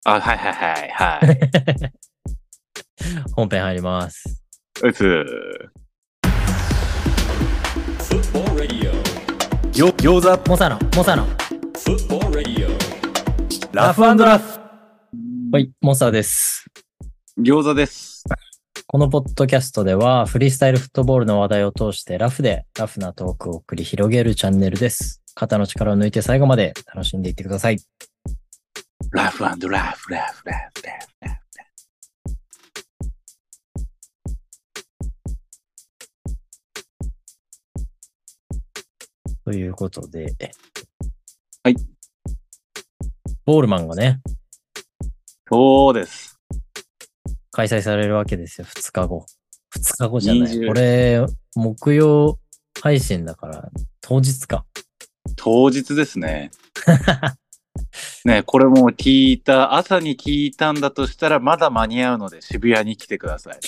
S2: あ、はいはいはいはい。
S1: 本編入ります。
S2: うつ。
S3: Football Radio.
S4: 餃子
S1: モサの、モサの。
S3: Football Radio.
S4: ラフラフ
S1: はい、モサです。
S2: 餃子です。
S1: このポッドキャストでは、フリースタイルフットボールの話題を通してラフでラフなトークを繰り広げるチャンネルです。肩の力を抜いて最後まで楽しんでいってください。
S2: ラフラフラフラフラフラフ。
S1: ということで。
S2: はい。
S1: ボールマンがね、
S2: そうです。
S1: 開催されるわけですよ、2日後。2日後じゃない。
S2: 20
S1: これ、木曜配信だから、当日か。
S2: 当日です ね。ね、これもう聞いた、朝に聞いたんだとしたら、まだ間に合うので渋谷に来てくだ さい。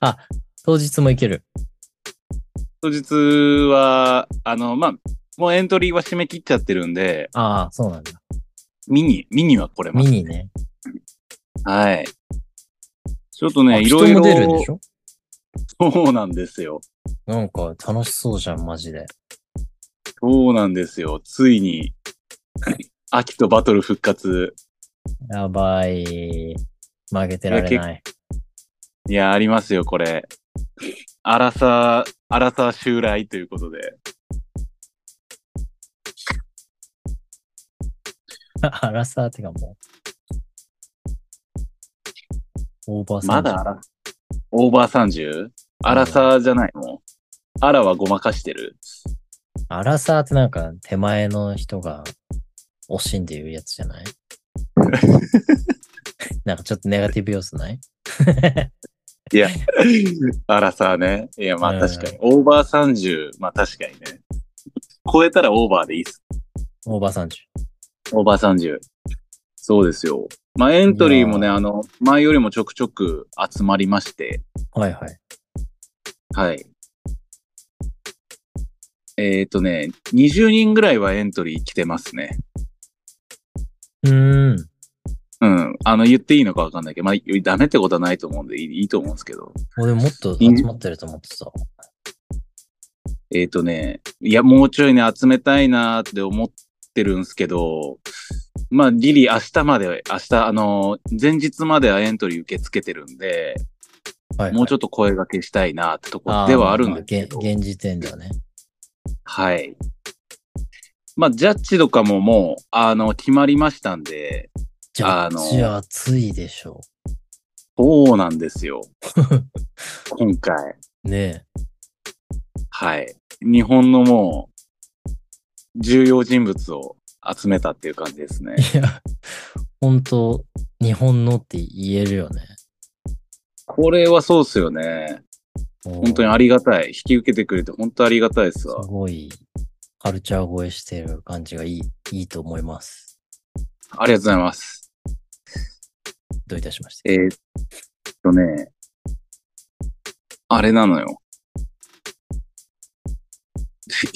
S1: あ、当日も行ける。
S2: 当日は、あの、まあ、もうエントリーは締め切っちゃってるんで、
S1: ああ、そうなんだ。
S2: ミニ、ミニは来れま
S1: ミ
S2: す。
S1: ニね。
S2: はい。ちょっと
S1: あ
S2: ね、いろい
S1: 人も出るんで
S2: ろ
S1: し、ょ
S2: そうなんですよ。
S1: なんか楽しそうじゃん、マジで。
S2: そうなんですよ。ついに、秋とバトル復活、
S1: やばい。負けてられない。
S2: いや、ありますよ、これ。アラサー荒沢襲来ということで。
S1: アラサーってかもう。オーバー
S2: ま
S1: サ
S2: だ荒オーバー 30? 荒沢じゃないのあらはごまかしてる。
S1: アラサーってなんか手前の人が惜しんで言うやつじゃ ないなんかちょっとネガティブ要素ない
S2: いや、荒沢ね。いや、まあ確かに。オーバー30、まあ確かにね。超えたらオーバーでいいっす。
S1: オーバー30。
S2: オーバー30。そうですよ。まあエントリーもね、
S1: いやー
S2: あの、前よりもちょくちょく集まりまして、
S1: はいはい。
S2: はい。えっ、ー、とね、20人ぐらいはエントリー来てますね。
S1: うーん。
S2: うん。あの、言っていいのかわかんないけど、まあ、ダメってことはないと思うんで、いいいいと思うんですけど。
S1: 俺もっと集まってると思ってた。
S2: えっ、とね、いや、もうちょいね、集めたいなーって思ってるんですけど、まあ、ギリ明日まで、明日、あのー、前日まではエントリー受け付けてるんで、
S1: はい、はい。
S2: もうちょ
S1: っ
S2: っと声掛けしたいなってところではあるんですけど、
S1: 現現時点ではね。
S2: はい。まあ、ジャッジとかももう、あの、決まりましたんで、
S1: じゃあ、
S2: あの
S1: じゃあ暑いでしょ
S2: そうなんで すよ。今回。
S1: う。ね
S2: はい。日本のもう、重要人物を集めたっていう感じですね。
S1: え。いや、本当日本のって言えるよね。
S2: これはそうっすよね。本
S1: 本
S2: 当にありがたい。引き受けてくれて本当ありがたいです
S1: す
S2: わ。
S1: ごい、カルチャー超えしてる感じがいい、いいと思います。
S2: ありがとうございます。
S1: どういたしまして。
S2: えーっとね、あれなのよ。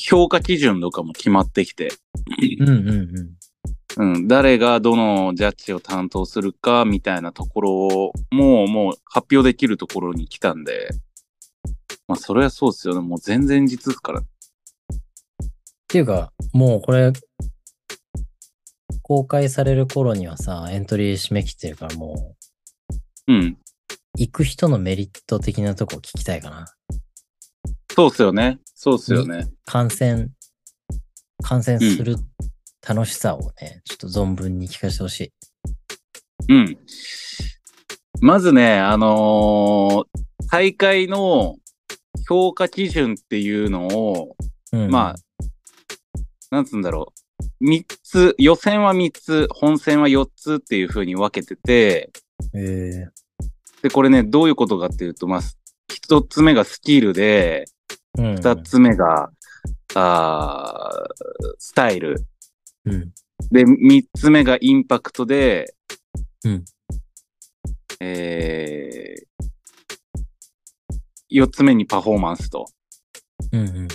S2: 評価基準とかも決まってきて、
S1: うんうんうん。
S2: うん、誰がどのジャッジを担当するかみたいなところを、もうもう発表できるところに来たんで、まあそれはそうですよね。もう全々日ですから。
S1: っていうか、もうこれ、公開される頃にはさ、エントリー締め切ってるから、もう、
S2: うん。
S1: 行く人のメリット的なとこ聞きたいかな。
S2: そうっすよね。そうっすよね。
S1: 観戦、観戦する楽しさをね、ちょっと存分に聞かせてほしい。
S2: うん。まずね、あのー大会の評価基準っていうのを、
S1: うん、
S2: まあ、なんつうんだろう。3つ、予選は3つ、本戦は4つっていう風に分けてて、
S1: えー、
S2: で、これね、どういうことかっていうと、まあ、1つ目がスキルで、
S1: うん、
S2: 2つ目が、あースタイル。
S1: うん。
S2: で、三つ目がインパクトで、
S1: うん
S2: えー、四つ目にパフォーマンスと。
S1: うんうん。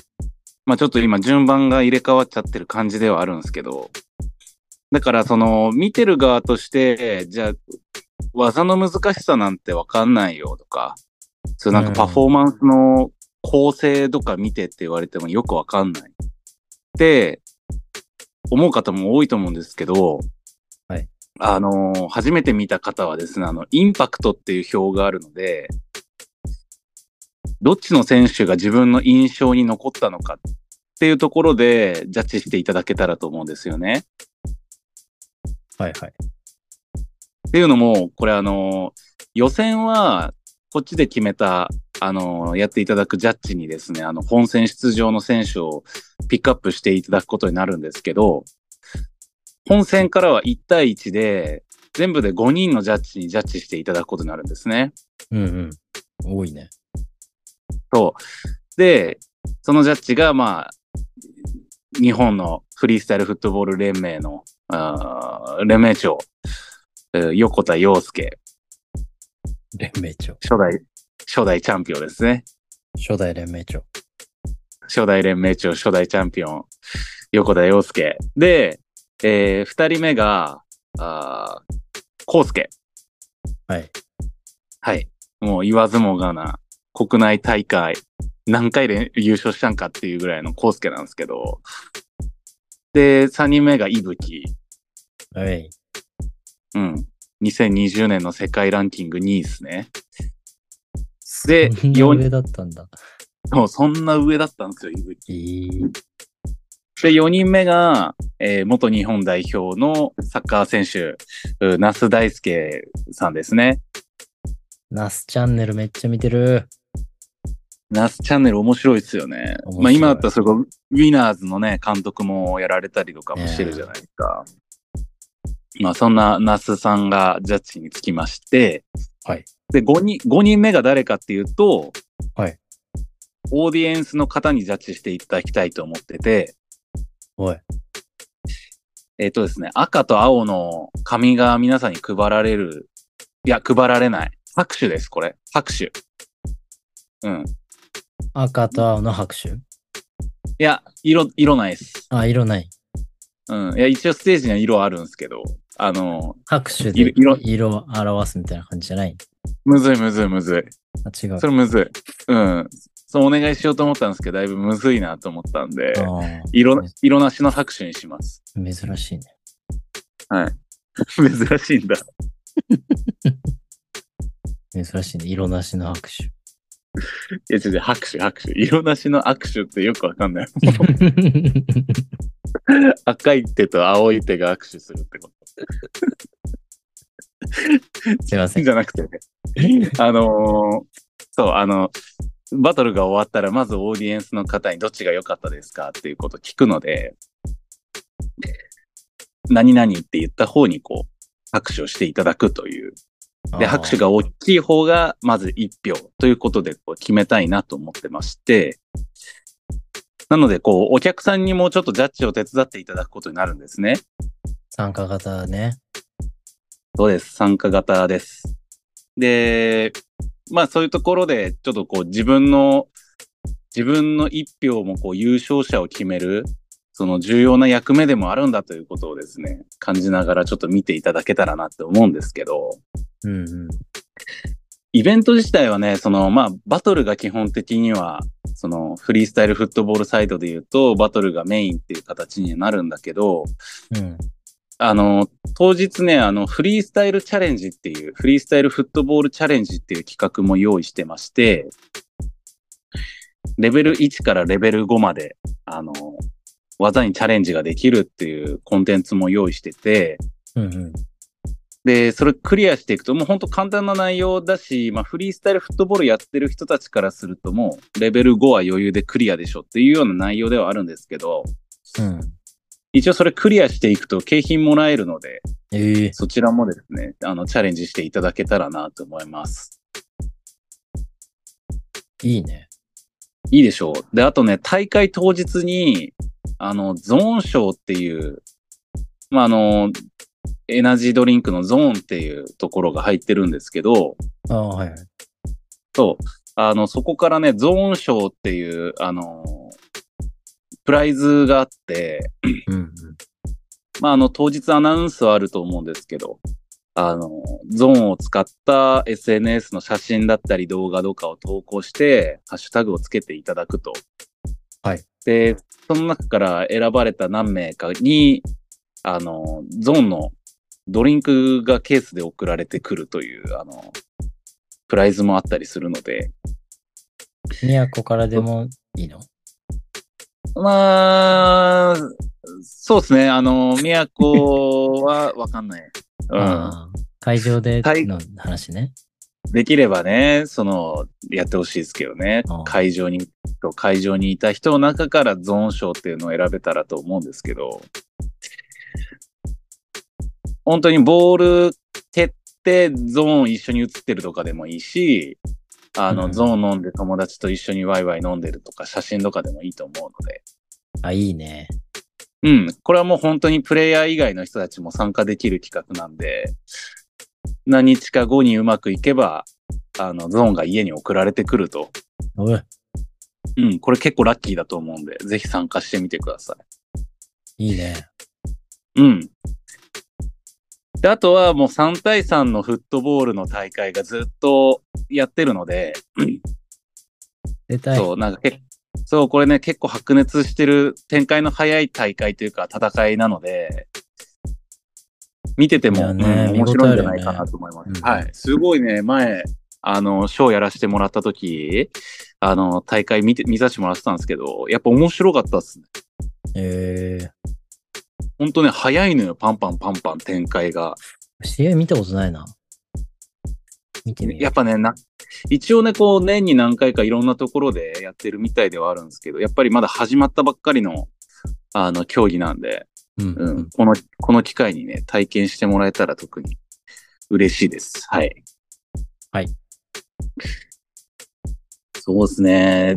S2: まあちょっと今順番が入れ替わっちゃってる感じではあるんですけど。だからその、見てる側として、じゃあ、技の難しさなんてわかんないよとか、そうなんかパフォーマンスの構成とか見てって言われてもよくわかんない。って、思う方も多いと思うんですけど、
S1: はい
S2: あのー初めて見た方はですね、あの、インパクトっていう表があるので、どっちの選手が自分の印象に残ったのかっていうところでジャッジしていただけたらと思うんですよね。
S1: はいはい。
S2: っていうのも、これあの、予選は、こっちで決めた、あの、やっていただくジャッジにですね、あの、本戦出場の選手をピックアップしていただくことになるんですけど、本戦からは1対1で、全部で5人のジャッジにジャッジしていただくことになるんですね。
S1: うんうん。多いね。
S2: そう。で、そのジャッジが、まあ、日本のフリースタイルフットボール連盟の、あー連盟長、えー横田洋介、
S1: 連盟長。
S2: 初代、初代チャンピオンですね。
S1: 初代連盟長。
S2: 初代連盟長、初代チャンピオン、横田洋介。で、えー二人目が、あー、康介。
S1: はい。
S2: はい。もう言わずもがな、国内大会、何回で優勝したんかっていうぐらいの康介なんですけど。で、三人目が伊吹。
S1: はい。
S2: うん。2020年の世界ランキング2位ですね。で
S1: そんな上だったんだ。
S2: そう、そんな上だったんですよ、井口。
S1: えー、
S2: で、4人目が、えー元日本代表のサッカー選手、う那須大輔さんですね。
S1: ナスチャンネルめっちゃ見てる。
S2: 那須チャンネル面白いですよね。
S1: 面白い
S2: まあ今だったらそれこそウィナーズのね、監督もやられたりとかもしてるじゃないですか。まあそんな那須さんがジャッジにつきまして、
S1: はい。
S2: で、5人、5人目が誰かっていうと、
S1: はい。
S2: オーディエンスの方にジャッジしていただきたいと思ってて、
S1: おい。
S2: えっ、とですね、赤と青の紙が皆さんに配られる。いや、配られない。拍手です、これ。拍手。うん。
S1: 赤と青の拍手。
S2: いや、色、色ないです。
S1: あ、色ない。
S2: うん。いや、一応ステージには色あるんですけど、あの、
S1: 拍手で
S2: 色
S1: 色を表すみたいな感じじゃない。
S2: むずいむずいむずい。
S1: あ、違う。
S2: それむずい。うん。そう、お願いしようと思ったんですけど、だいぶむずいなと思ったんで、
S1: あー
S2: 色、色なしの拍手にします。
S1: 珍しいね。
S2: 珍しいんだ。
S1: 珍しいね。色なしの拍手。
S2: いや、違う違う、拍手、拍手。色なしの握手ってよくわかんない。赤い手と青い手が握手するってこ
S1: すいませ
S2: と。
S1: ん。
S2: じゃなくてね。あのーそう、あの、バトルが終わったら、まずオーディエンスの方にどっちが良かったですかっていうことを聞くので、何々って言った方にこう、拍手をしていただくという。
S1: あー
S2: で、拍手。が大きい方が、まず1票ということで、こう、決めたいなと思ってまして、なので、こう、お客さんにもうちょっとジャッジを手伝っていただくことになるんですね。
S1: 参加型ね。
S2: そうです。参加型です。で、まあそういうところで、ちょっとこう自分の、自分の一票もこう優勝者を決める、その重要な役目でもあるんだということをですね、感じながらちょっと見ていただけたらなって思うんですけど、
S1: うんうん。
S2: イベント自体はね、そのまあバトルが基本的には、そのフリースタイルフットボールサイドで言うとバトルがメインっていう形になるんだけど、
S1: うん。
S2: あの、当日ね、あの、フリースタイルチャレンジっていう、フリースタイルフットボールチャレンジっていう企画も用意してまして、レベル1からレベル5まで、あの、技にチャレンジができるっていうコンテンツも用意してて、
S1: うんうん。
S2: で、それクリアしていくと、もう本当簡単な内容だし、まあ、フリースタイルフットボールやってる人たちからすると、もう、レベル5は余裕でクリアでしょっていうような内容ではあるんですけど、
S1: うん。
S2: 一応それクリアしていくと景品もらえるので、
S1: ええ
S2: そちらもですね、あの、チャレンジしていただけたらなと思います。
S1: いいね。
S2: いいでしょう。で、あとね、大会当日に、あの、ゾーン賞っていう、まあ、あの、エナジードリンクのゾーンっていうところが入ってるんですけど、
S1: ああ、はいはい。
S2: そう、あの、そこからね、ゾーン賞っていう、あの、プライズがあって、
S1: うんうん。
S2: まあ、あの、当日アナウンスはあると思うんですけど、あの、ゾーンを使った SNS の写真だったり動画とかを投稿して、ハッシュタグをつけていただくと。
S1: はい。
S2: で、その中から選ばれた何名かに、あの、ゾーンのドリンクがケースで送られてくるという、あの、プライズもあったりするので、
S1: 宮古からでもいいの
S2: まあ、そうですね、あの、宮古はわかんない。うん。
S1: ああ会場で
S2: はい
S1: の話ね。
S2: できればね、その、やってほしいですけどね
S1: うん。
S2: 会場に、会場にいた人の中からゾーン賞っていうのを選べたらと思うんですけど、本当にボール蹴ってゾーン一緒に映ってるとかでもいいし、あ
S1: う
S2: の、
S1: ん
S2: ゾーン飲んで友達と一緒にワイワイ飲んでるとか、写真とかでもいいと思うので、
S1: あ、いいね。
S2: うん、これはもう本当にプレイヤー以外の人たちも参加できる企画なんで、何日か後にうまくいけば、あの、ゾーンが家に送られてくると。
S1: おい、
S2: うん、これ結構ラッキーだと思うんで、ぜひ参加してみてくださ
S1: いいね。
S2: い。うん。で、あとはもう3対3のフットボールの大会がずっとやってるので、
S1: 出たい。
S2: そう、なんかけそう、これね、結構白熱してる展開の早い大会というか戦いなので、見てて
S1: いや
S2: も、
S1: ね
S2: うん面白いんじゃないかなと思います。
S1: 見応えあるよね
S2: はい。すごいね、前、あの、ショーやらせてもらった時、あの、大会見て、見させてもらってたんですけど、やっぱ面白かったっすね。
S1: えー、
S2: ほんとね、早いのよ、パンパンパンパン展開が。
S1: 試合見たことないな。見てみよう
S2: やっぱね、な、一応ね、こう、年に何回かいろんなところでやってるみたいではあるんですけど、やっぱりまだ始まったばっかりの、あの、競技なんで、
S1: うん
S2: う
S1: うんん、
S2: この、この機会にね、体験してもらえたら特に嬉しいです。はい。
S1: はい。
S2: そうですね。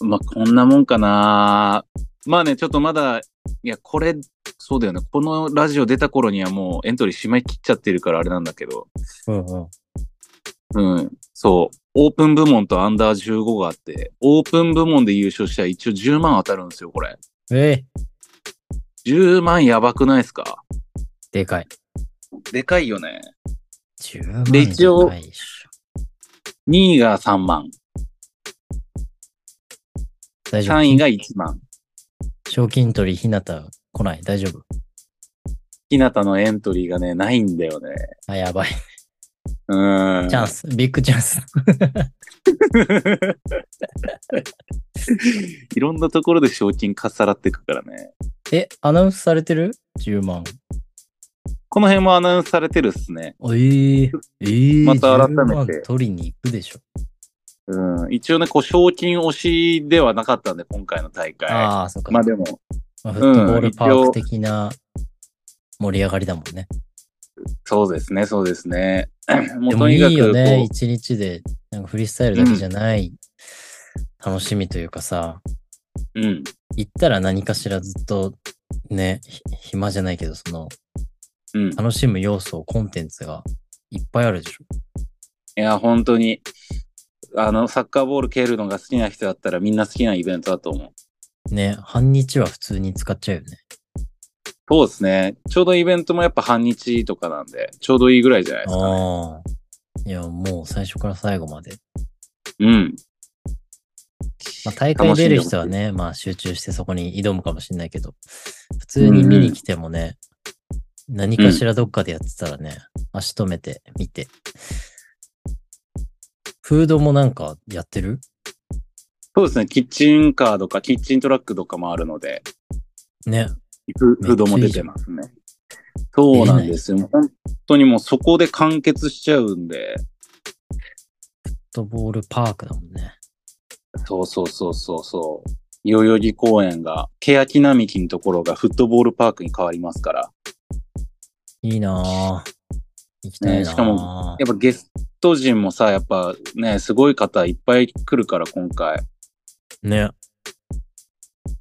S2: まあ、こんなもんかな。まあね、ちょっとまだ、いや、これ、そうだよね。このラジオ出た頃にはもうエントリー締め切っちゃってるからあれなんだけど、
S1: うんうん。
S2: うん。そう。オープン部門とアンダー15があって、オープン部門で優勝したら一応10万当たるんですよ、これ。
S1: えー、
S2: 10万やばくないですか
S1: でかい。
S2: でかいよね。
S1: 10万
S2: で一応
S1: でかいっしょ
S2: 2位が3万、
S1: 大丈夫。
S2: 3位が1万。
S1: 賞金取り、ひなた来ない。大丈夫。
S2: ひなたのエントリーがね、ないんだよね。
S1: あ、やばい。
S2: うーん。
S1: チャンス。ビッグチャンス。
S2: いろんなところで賞金かっさらっていくからね。
S1: え、アナウンスされてる ?10 万。
S2: この辺もアナウンスされてるっすね。
S1: えー、えー、
S2: また改めて
S1: 10万取りに行くでしょ。
S2: うん。一応ね、こう、賞金推しではなかったんで、今回の大会。
S1: ああ、そうか。
S2: まあでも、
S1: まあフットボールパーク的な盛り上がりだもんね。
S2: そうですね、そうですね。 も
S1: でも
S2: うと
S1: い
S2: にかく
S1: いよね、
S2: こ
S1: 一日で、なんかフリースタイルだけじゃない、楽しみというかさ、
S2: う、うん。
S1: 行ったら何かしらずっと、ね、ひ暇じゃないけど、その、
S2: うん。い
S1: 楽しむ要素、コンテンツがいっぱいあるでしょ。
S2: や、本当に、あの、サッカーボール蹴るのが好きな人だったらみんな好きなイベントだと思う。
S1: ね、半日は普通に使っちゃうよね。
S2: そうですね。ちょうどイベントもやっぱ半日とかなんで、ちょうどいいぐらいじゃないですかね。
S1: ああ。いや、もう最初から最後まで。
S2: うん。
S1: まあ、大会出る人はね、まあ集中してそこに挑むかもしれないけど、普通に見に来てもね、何かしらどっかでやってたらね、足止めて見て。フードもなんかやってる
S2: そうですね。キッチンカーとか、キッチントラックとかもあるので、
S1: ね。
S2: フフードも出てますね。そうなんですよ。もう本当にもうそこで完結しちゃうんで、
S1: フットボールパークだもんね。
S2: そうそうそうそうそう。代々木公園が、欅並木のところがフットボールパークに変わりますから、
S1: いいなぁ。行きたいなぁ。
S2: ねしかもやっぱゲスト陣もさ、やっぱね、すごい方いっぱい来るから、今回。
S1: ね。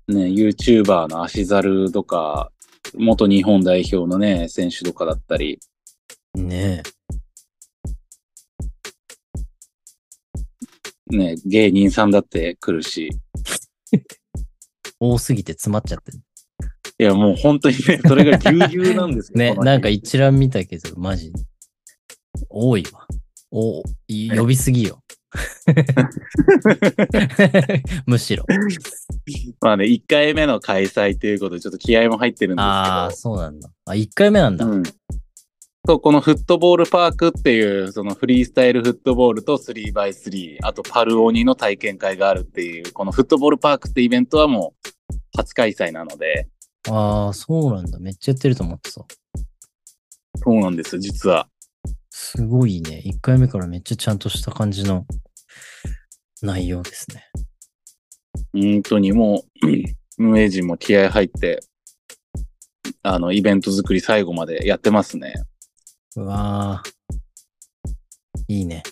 S2: ね、YouTuber の足猿とか、元日本代表のね、選手とかだったり、
S1: ね
S2: ね、芸人さんだって来るし、
S1: 多すぎて詰まっちゃってる。
S2: いや、もう本当にね、それがぎゅうぎゅうなんです よ。
S1: ね、
S2: この
S1: なん
S2: 日
S1: か一覧見たけど、マジ。多いわ。お、い呼びすぎ よ。むしろ。
S2: まあね、1回目の開催ということで、ちょっと気合も入ってるんですけど。
S1: ああ、そうなんだ。あ、1回目なんだ。
S2: うん。そう、このフットボールパークっていう、そのフリースタイルフットボールと 3x3、あとパルオニの体験会があるっていう、このフットボールパークってイベントはもう初開催なので、
S1: ああ、そうなんだ。めっちゃやってると思ってた。
S2: そうなんですよ、実は。
S1: すごいね。1回目からめっちゃちゃんとした感じの内容ですね。
S2: 本当にもう、運営陣も気合入って、あの、イベント作り最後までやってますね。
S1: うわーいいね。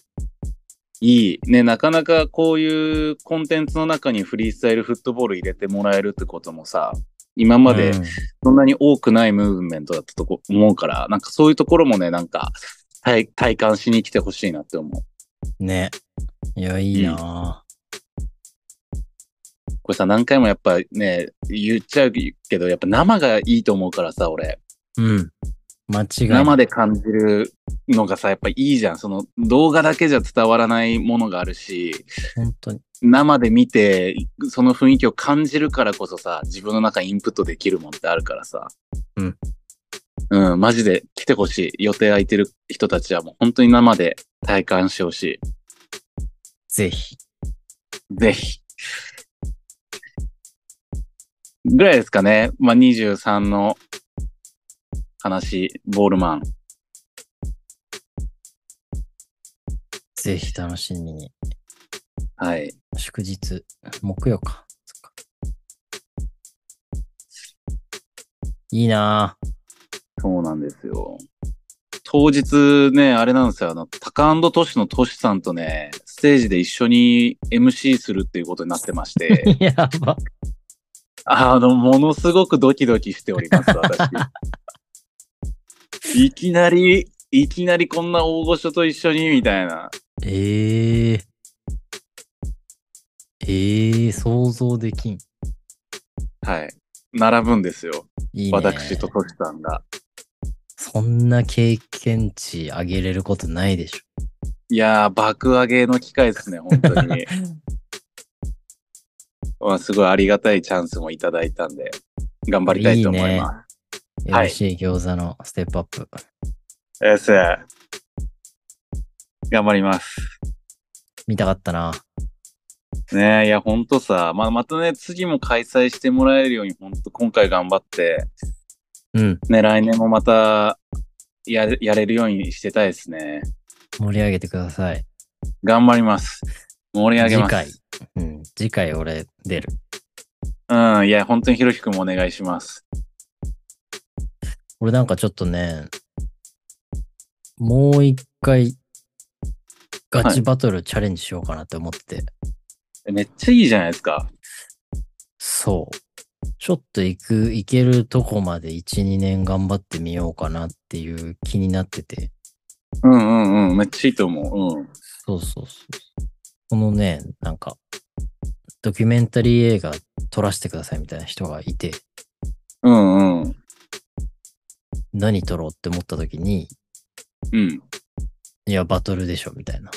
S2: いい。ね、なかなかこういうコンテンツの中にフリースタイルフットボール入れてもらえるってこともさ、今まで
S1: うん
S2: そんなに多くないムーブメントだったとこ思うから、なんかそういうところもね、なんか体体感しに来てほしいなって思う。
S1: ね。いや、いいな
S2: これさ、何回もやっぱね、言っちゃうけど、やっぱ生がいいと思うからさ、俺。
S1: ーうん。間違いない。
S2: 生で感じるのがさ、やっぱいいじゃん。その動画だけじゃ伝わらないものがあるし、
S1: 本当に。
S2: 生で見て、その雰囲気を感じるからこそさ、自分の中にインプットできるもんってあるからさ。
S1: うん。
S2: うん、マジで来てほしい。予定空いてる人たちはもう本当に生で体感してほしい。
S1: ぜひ。
S2: ぜひ。ぐらいですかね。まあ、23の話、ボールマン。
S1: ぜひ楽しみに。
S2: はい。
S1: 祝日、木曜か。そっかいいなぁ。
S2: そうなんですよ。当日ね、あれなんですよ。あの、タカトシのトシさんとね、ステージで一緒に MC するっていうことになってまして。
S1: やば。
S2: あの、ものすごくドキドキしております、私。 いきなり、いきなりこんな大御所と一緒に、みたいな。
S1: ええー。ええー、想像できん。
S2: はい。並ぶんですよ。
S1: いいね。
S2: 私とトシさんが。
S1: そんな経験値上げれることないでしょ。
S2: いやー、爆上げの機会ですね、本当に。まあ、すごいありがたいチャンスもいただいたんで、頑張りたいと思いまはい
S1: MC 餃子のステップアップ。
S2: す。よし頑張ります。
S1: 見たかったな。
S2: ねえ、いや、ほんとさ、まあ、またね、次も開催してもらえるように、ほんと今回頑張って、
S1: うん。
S2: ね、来年もまたやれやれるようにしてたいですね。
S1: 盛り上げてください。
S2: 頑張ります。盛り上げます。
S1: 次うん。次回俺出る。
S2: 回。うん、いや、本当にひろきくんもお願いします。
S1: 俺なんかちょっとね、もう一回ガチバトルチャレンジしようかなって思って。
S2: めっちゃいいじゃないですか。
S1: そう。ちょっと行く、行けるとこまで1、2年頑張ってみようかなっていう気になってて。
S2: うんうんうん、めっちゃいいと思う。うん。
S1: そうそうそう。このね、なんか、ドキュメンタリー映画撮らせてくださいみたいな人がいて、
S2: うんうん。
S1: 何撮ろうって思った時に、
S2: うん。
S1: いや、バトルでしょみたいな。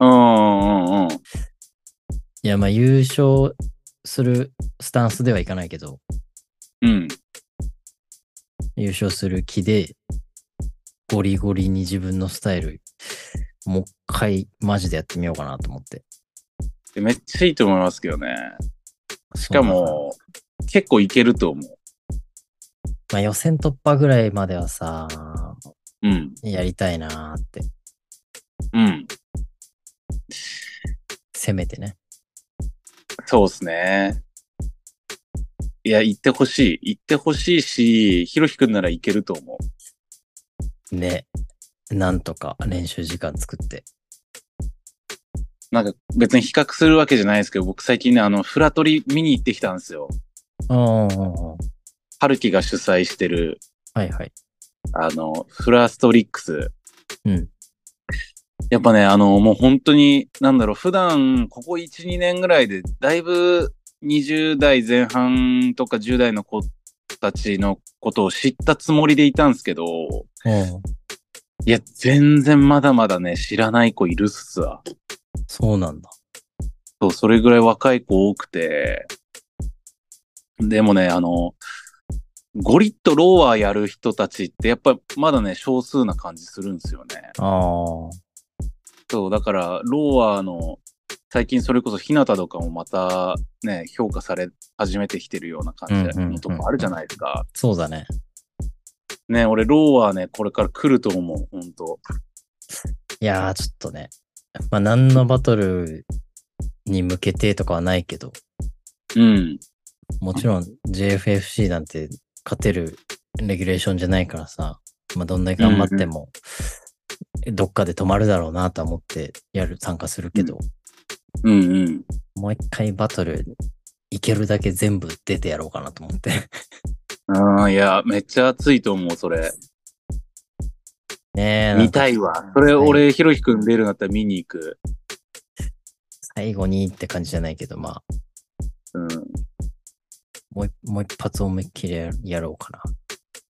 S2: うんうんうん。
S1: いや、まあ優勝するスタンスではいかないけど、
S2: うん。
S1: 優勝する気で、ゴリゴリに自分のスタイル、もう一回マジでやってみようかなと思って。
S2: めっちゃいいと思いますけどね。しかも、結構いけると思う。
S1: まあ予選突破ぐらいまではさ、
S2: うん。
S1: やりたいなーって、
S2: うん。
S1: せめてね。
S2: そうですね。いや、行ってほしい。行ってほしいし、ひろきくんなら行けると思う。
S1: ね、なんとか練習時間作って。
S2: なんか別に比較するわけじゃないですけど、僕最近ね、あの、フラトリ見に行ってきたんですよ。
S1: うんうんうんうん。
S2: 春樹が主催してる、
S1: はいはい。
S2: あの、フラストリックス。
S1: うん。
S2: やっぱね、あの、もう本当に、なんだろう、普段、ここ1、2年ぐらいで、だいぶ20代前半とか10代の子たちのことを知ったつもりでいたんですけど、
S1: うん。
S2: いや、全然まだまだね、知らない子いるっすわ。
S1: そうなんだ。
S2: そう、それぐらい若い子多くて。でもね、あの、ゴリッとローワーやる人たちって、やっぱまだね、少数な感じするんですよね。
S1: ああ。
S2: そう、だから、ローワーの、最近それこそ日向とかもまたね、評価され始めてきてるような感じ
S1: うんうんうんうん
S2: のとこあるじゃないですか。
S1: そうだね。
S2: ね、俺、ローワーね、これから来ると思う、ほんと。
S1: いやー、ちょっとね。まあ、何のバトルに向けてとかはないけど、
S2: うん。
S1: もちろん JFFC なんて勝てるレギュレーションじゃないからさ、まあ、どんだけ頑張っても、どっかで止まるだろうなとは思ってやる、参加するけど、
S2: うんうん。
S1: もう一回バトル、いけるだけ全部出てやろうかなと思って。
S2: うん、いや、めっちゃ熱いと思う、それ。
S1: ねえ。なん
S2: 見
S1: か
S2: たいわ。それ、俺、ひろひくん出るんだったら見に行く。
S1: 最後にって感じじゃないけど、まあ、
S2: うん。
S1: もう一もう一発思いっきりややろうか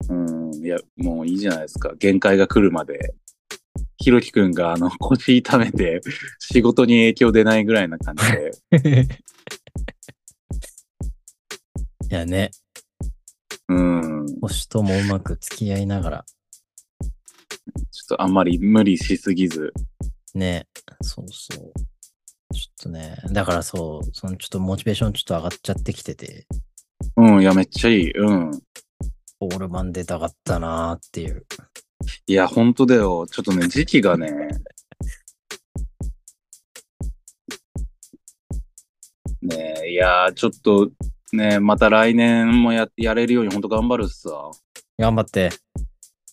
S1: な。
S2: うん、いや、もういいじゃないですか。限界が来るまで。ひろきくんが、あの、腰痛めて、仕事に影響出ないぐらいな感じで。
S1: いやね、
S2: うん。
S1: 星ともうまく付き合いながら、
S2: ちょっとあんまり無理しすぎず。
S1: ね、そうそう。ちょっとね、だからそう、そのちょっとモチベーションちょっと上がっちゃってきてて、
S2: うん、いや、めっちゃいい。うん。
S1: オールマン出たかったなーっていう。
S2: いや、本当だよ。ちょっとね、時期がね。ねえ、いやー、ちょっと、ねまた来年もややれるように、本当頑張るっすわ。
S1: 頑張って、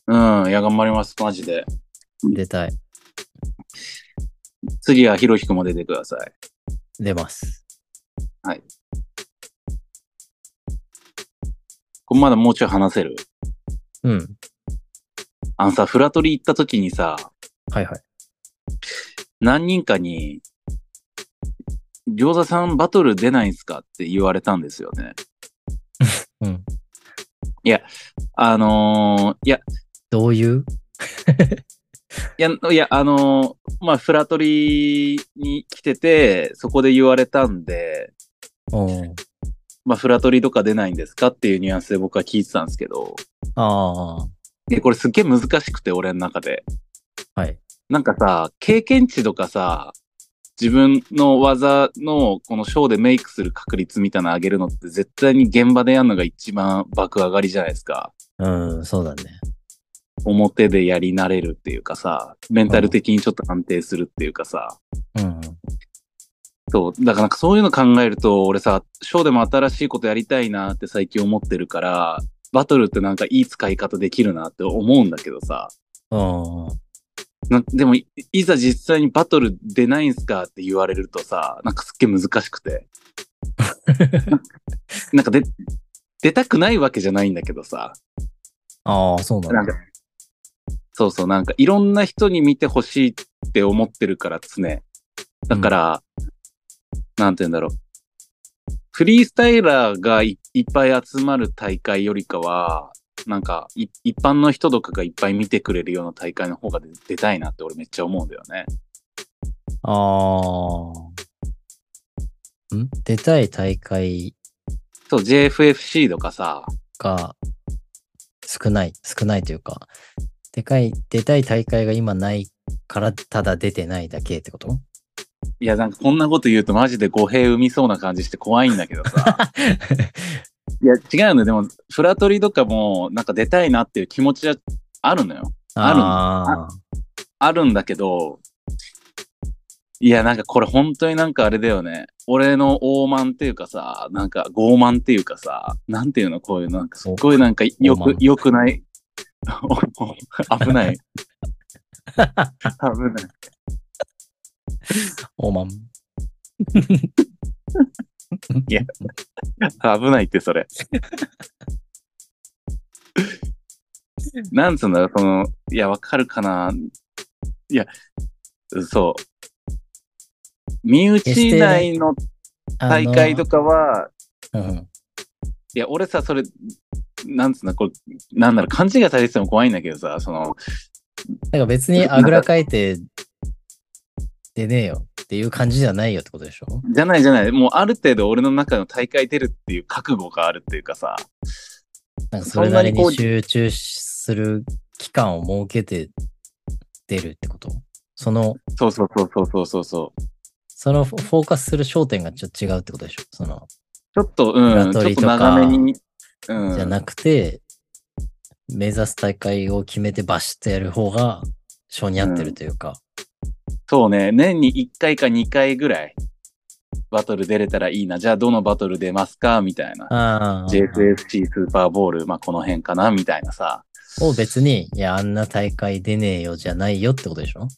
S2: うん、いや、頑張ります、マジで。
S1: 出たい。
S2: 次はひろひくんも出てください。
S1: 出ます。
S2: これまだもうちょい話せる。
S1: うん。
S2: あのさ、フラトリ行った時にさ、
S1: はいはい。
S2: 何人かに、餃子さんバトル出ないんすかって言われたんですよね。
S1: うん。
S2: あのー、いや、
S1: どういう
S2: いや、いや、あのーまあ、フラトリに来てて、そこで言われたんで、
S1: おー
S2: まあ、フラトリとか出ないんですかっていうニュアンスで僕は聞いてたんですけど、
S1: ああ、
S2: で、これすっげえ難しくて、俺の中で。
S1: はい。
S2: なんかさ、経験値とかさ、自分の技のこのショーでメイクする確率みたいなの上げるのって絶対に現場でやるのが一番爆上がりじゃないですか。
S1: うん、そうだね。
S2: 表でやり慣れるっていうかさ、メンタル的にちょっと安定するっていうかさ、
S1: うん。
S2: そう、だからなんかそういうの考えると、俺さ、ショーでも新しいことやりたいなって最近思ってるから、バトルってなんかいい使い方できるなって思うんだけどさ、
S1: うん。
S2: なでもいいざ実際にバトル出ないんすかって言われるとさ、なんかすっげえ難しくて。なんかで、出たくないわけじゃないんだけどさ、
S1: ああ、そうだ
S2: なん
S1: ね
S2: か。、そうそう、なんかいろんな人に見てほしいって思ってるから、常。だから、なんて言うんだろう。フリースタイラーがいいっぱい集まる大会よりかは、なんかい一般の人とかがいっぱい見てくれるような大会の方が出出たいなって俺めっちゃ思うんだよね。
S1: ああ。ん出たい大会
S2: そう、JFFC とかさ、
S1: が少ない、少ないというか、でかい、出たい大会が今ないから、ただ出てないだけってこと
S2: いや、なんかこんなこと言うとマジで語弊生みそうな感じして怖いんだけどさ。 いや、違うのよ。でも、フラトリとかも、なんか出たいなっていう気持ちはあるのよ。あるんだ
S1: あ
S2: あるんだけど、いや、なんかこれ本当になんかあれだよね。俺の傲慢っていうかさ、なんか傲慢っていうかさ、なんていうのこういうなんかすっごいなんかよ
S1: 傲
S2: く
S1: 慢、
S2: よくない。 危ない。危ない。
S1: あ。おまん。
S2: 危ないってそれ。なんつうんだろう、その、いや、わかるかな。いや、そう。身内内の大会と
S1: か。
S2: かは、
S1: うん。
S2: いや、俺さ、それ、なんつうの、これ、なんだろう、勘違いされてても怖いんだけどさ、その、
S1: なんか別にあぐらかいて出ねえよっていう感じじゃないよってことでしょ
S2: じゃないじゃない、もうある程度俺の中の大会出るっていう覚悟があるっていうかさ、
S1: なんかそれなりに集中する期間を設けて出るってことその、
S2: そうそうそうそうそうそうそう、
S1: そのフォフォーカスする焦点がちょっと違うってことでしょその、
S2: ちょっと、
S1: フ
S2: う
S1: ラ
S2: ん、ち
S1: ト
S2: ょ
S1: リ
S2: っ
S1: と
S2: と
S1: か
S2: 長めに、うん、
S1: じゃなくて、目指す大会を決めてバシッとやる方が、性に合ってるというか。
S2: そうね、年に1回か2回ぐらい、バトル出れたらいいな、じゃあどのバトル出ますかみたいな。
S1: ああ。
S2: JFFC スーパーボール、まあ、この辺かなみたいなさ。
S1: を別に、いや、あんな大会出ねえよじゃないよってことでしょ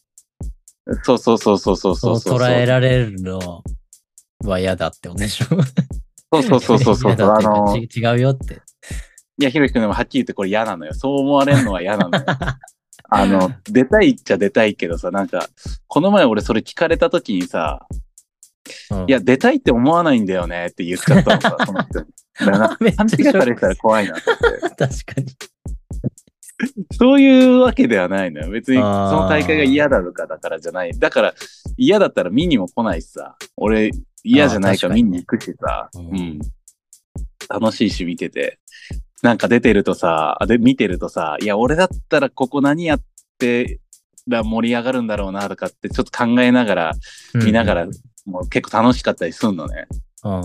S2: そうそうそうそうそう
S1: そう
S2: そうそう。
S1: 捉えられるのは嫌だってことでしょ
S2: そうそうそ うそうそう。
S1: 嫌だっ
S2: あ
S1: ていうか
S2: の、
S1: ち違うよって。
S2: いや、ひろきくんでもはっきり言ってこれ嫌なのよ。そう思われるのは嫌な のよ。あの、出たいっちゃ出たいけどさ、なんか、この前俺それ聞かれた時にさ、
S1: うん
S2: いや、、出たいって思わないんだよねって言っちゃったのさ、その 人に。だからな
S1: めっちゃ
S2: 勘違いされたら怖いなと思って。
S1: 確かに。
S2: そういうわけではないのよ。別にそ
S1: あー
S2: の大会が嫌だとかだからじゃない。だから、嫌だったら見にも来ないしさ、俺嫌じゃないから
S1: あー確かに
S2: 見に行くしさ、
S1: う
S2: うんん。楽しいし見てて。なんか出てるとさ、あで、見てるとさ、いや、俺だったらここ何やってら盛り上がるんだろうなとかってちょっと考えながら、見ながらもう結構楽しかったりすんのね。
S1: うん。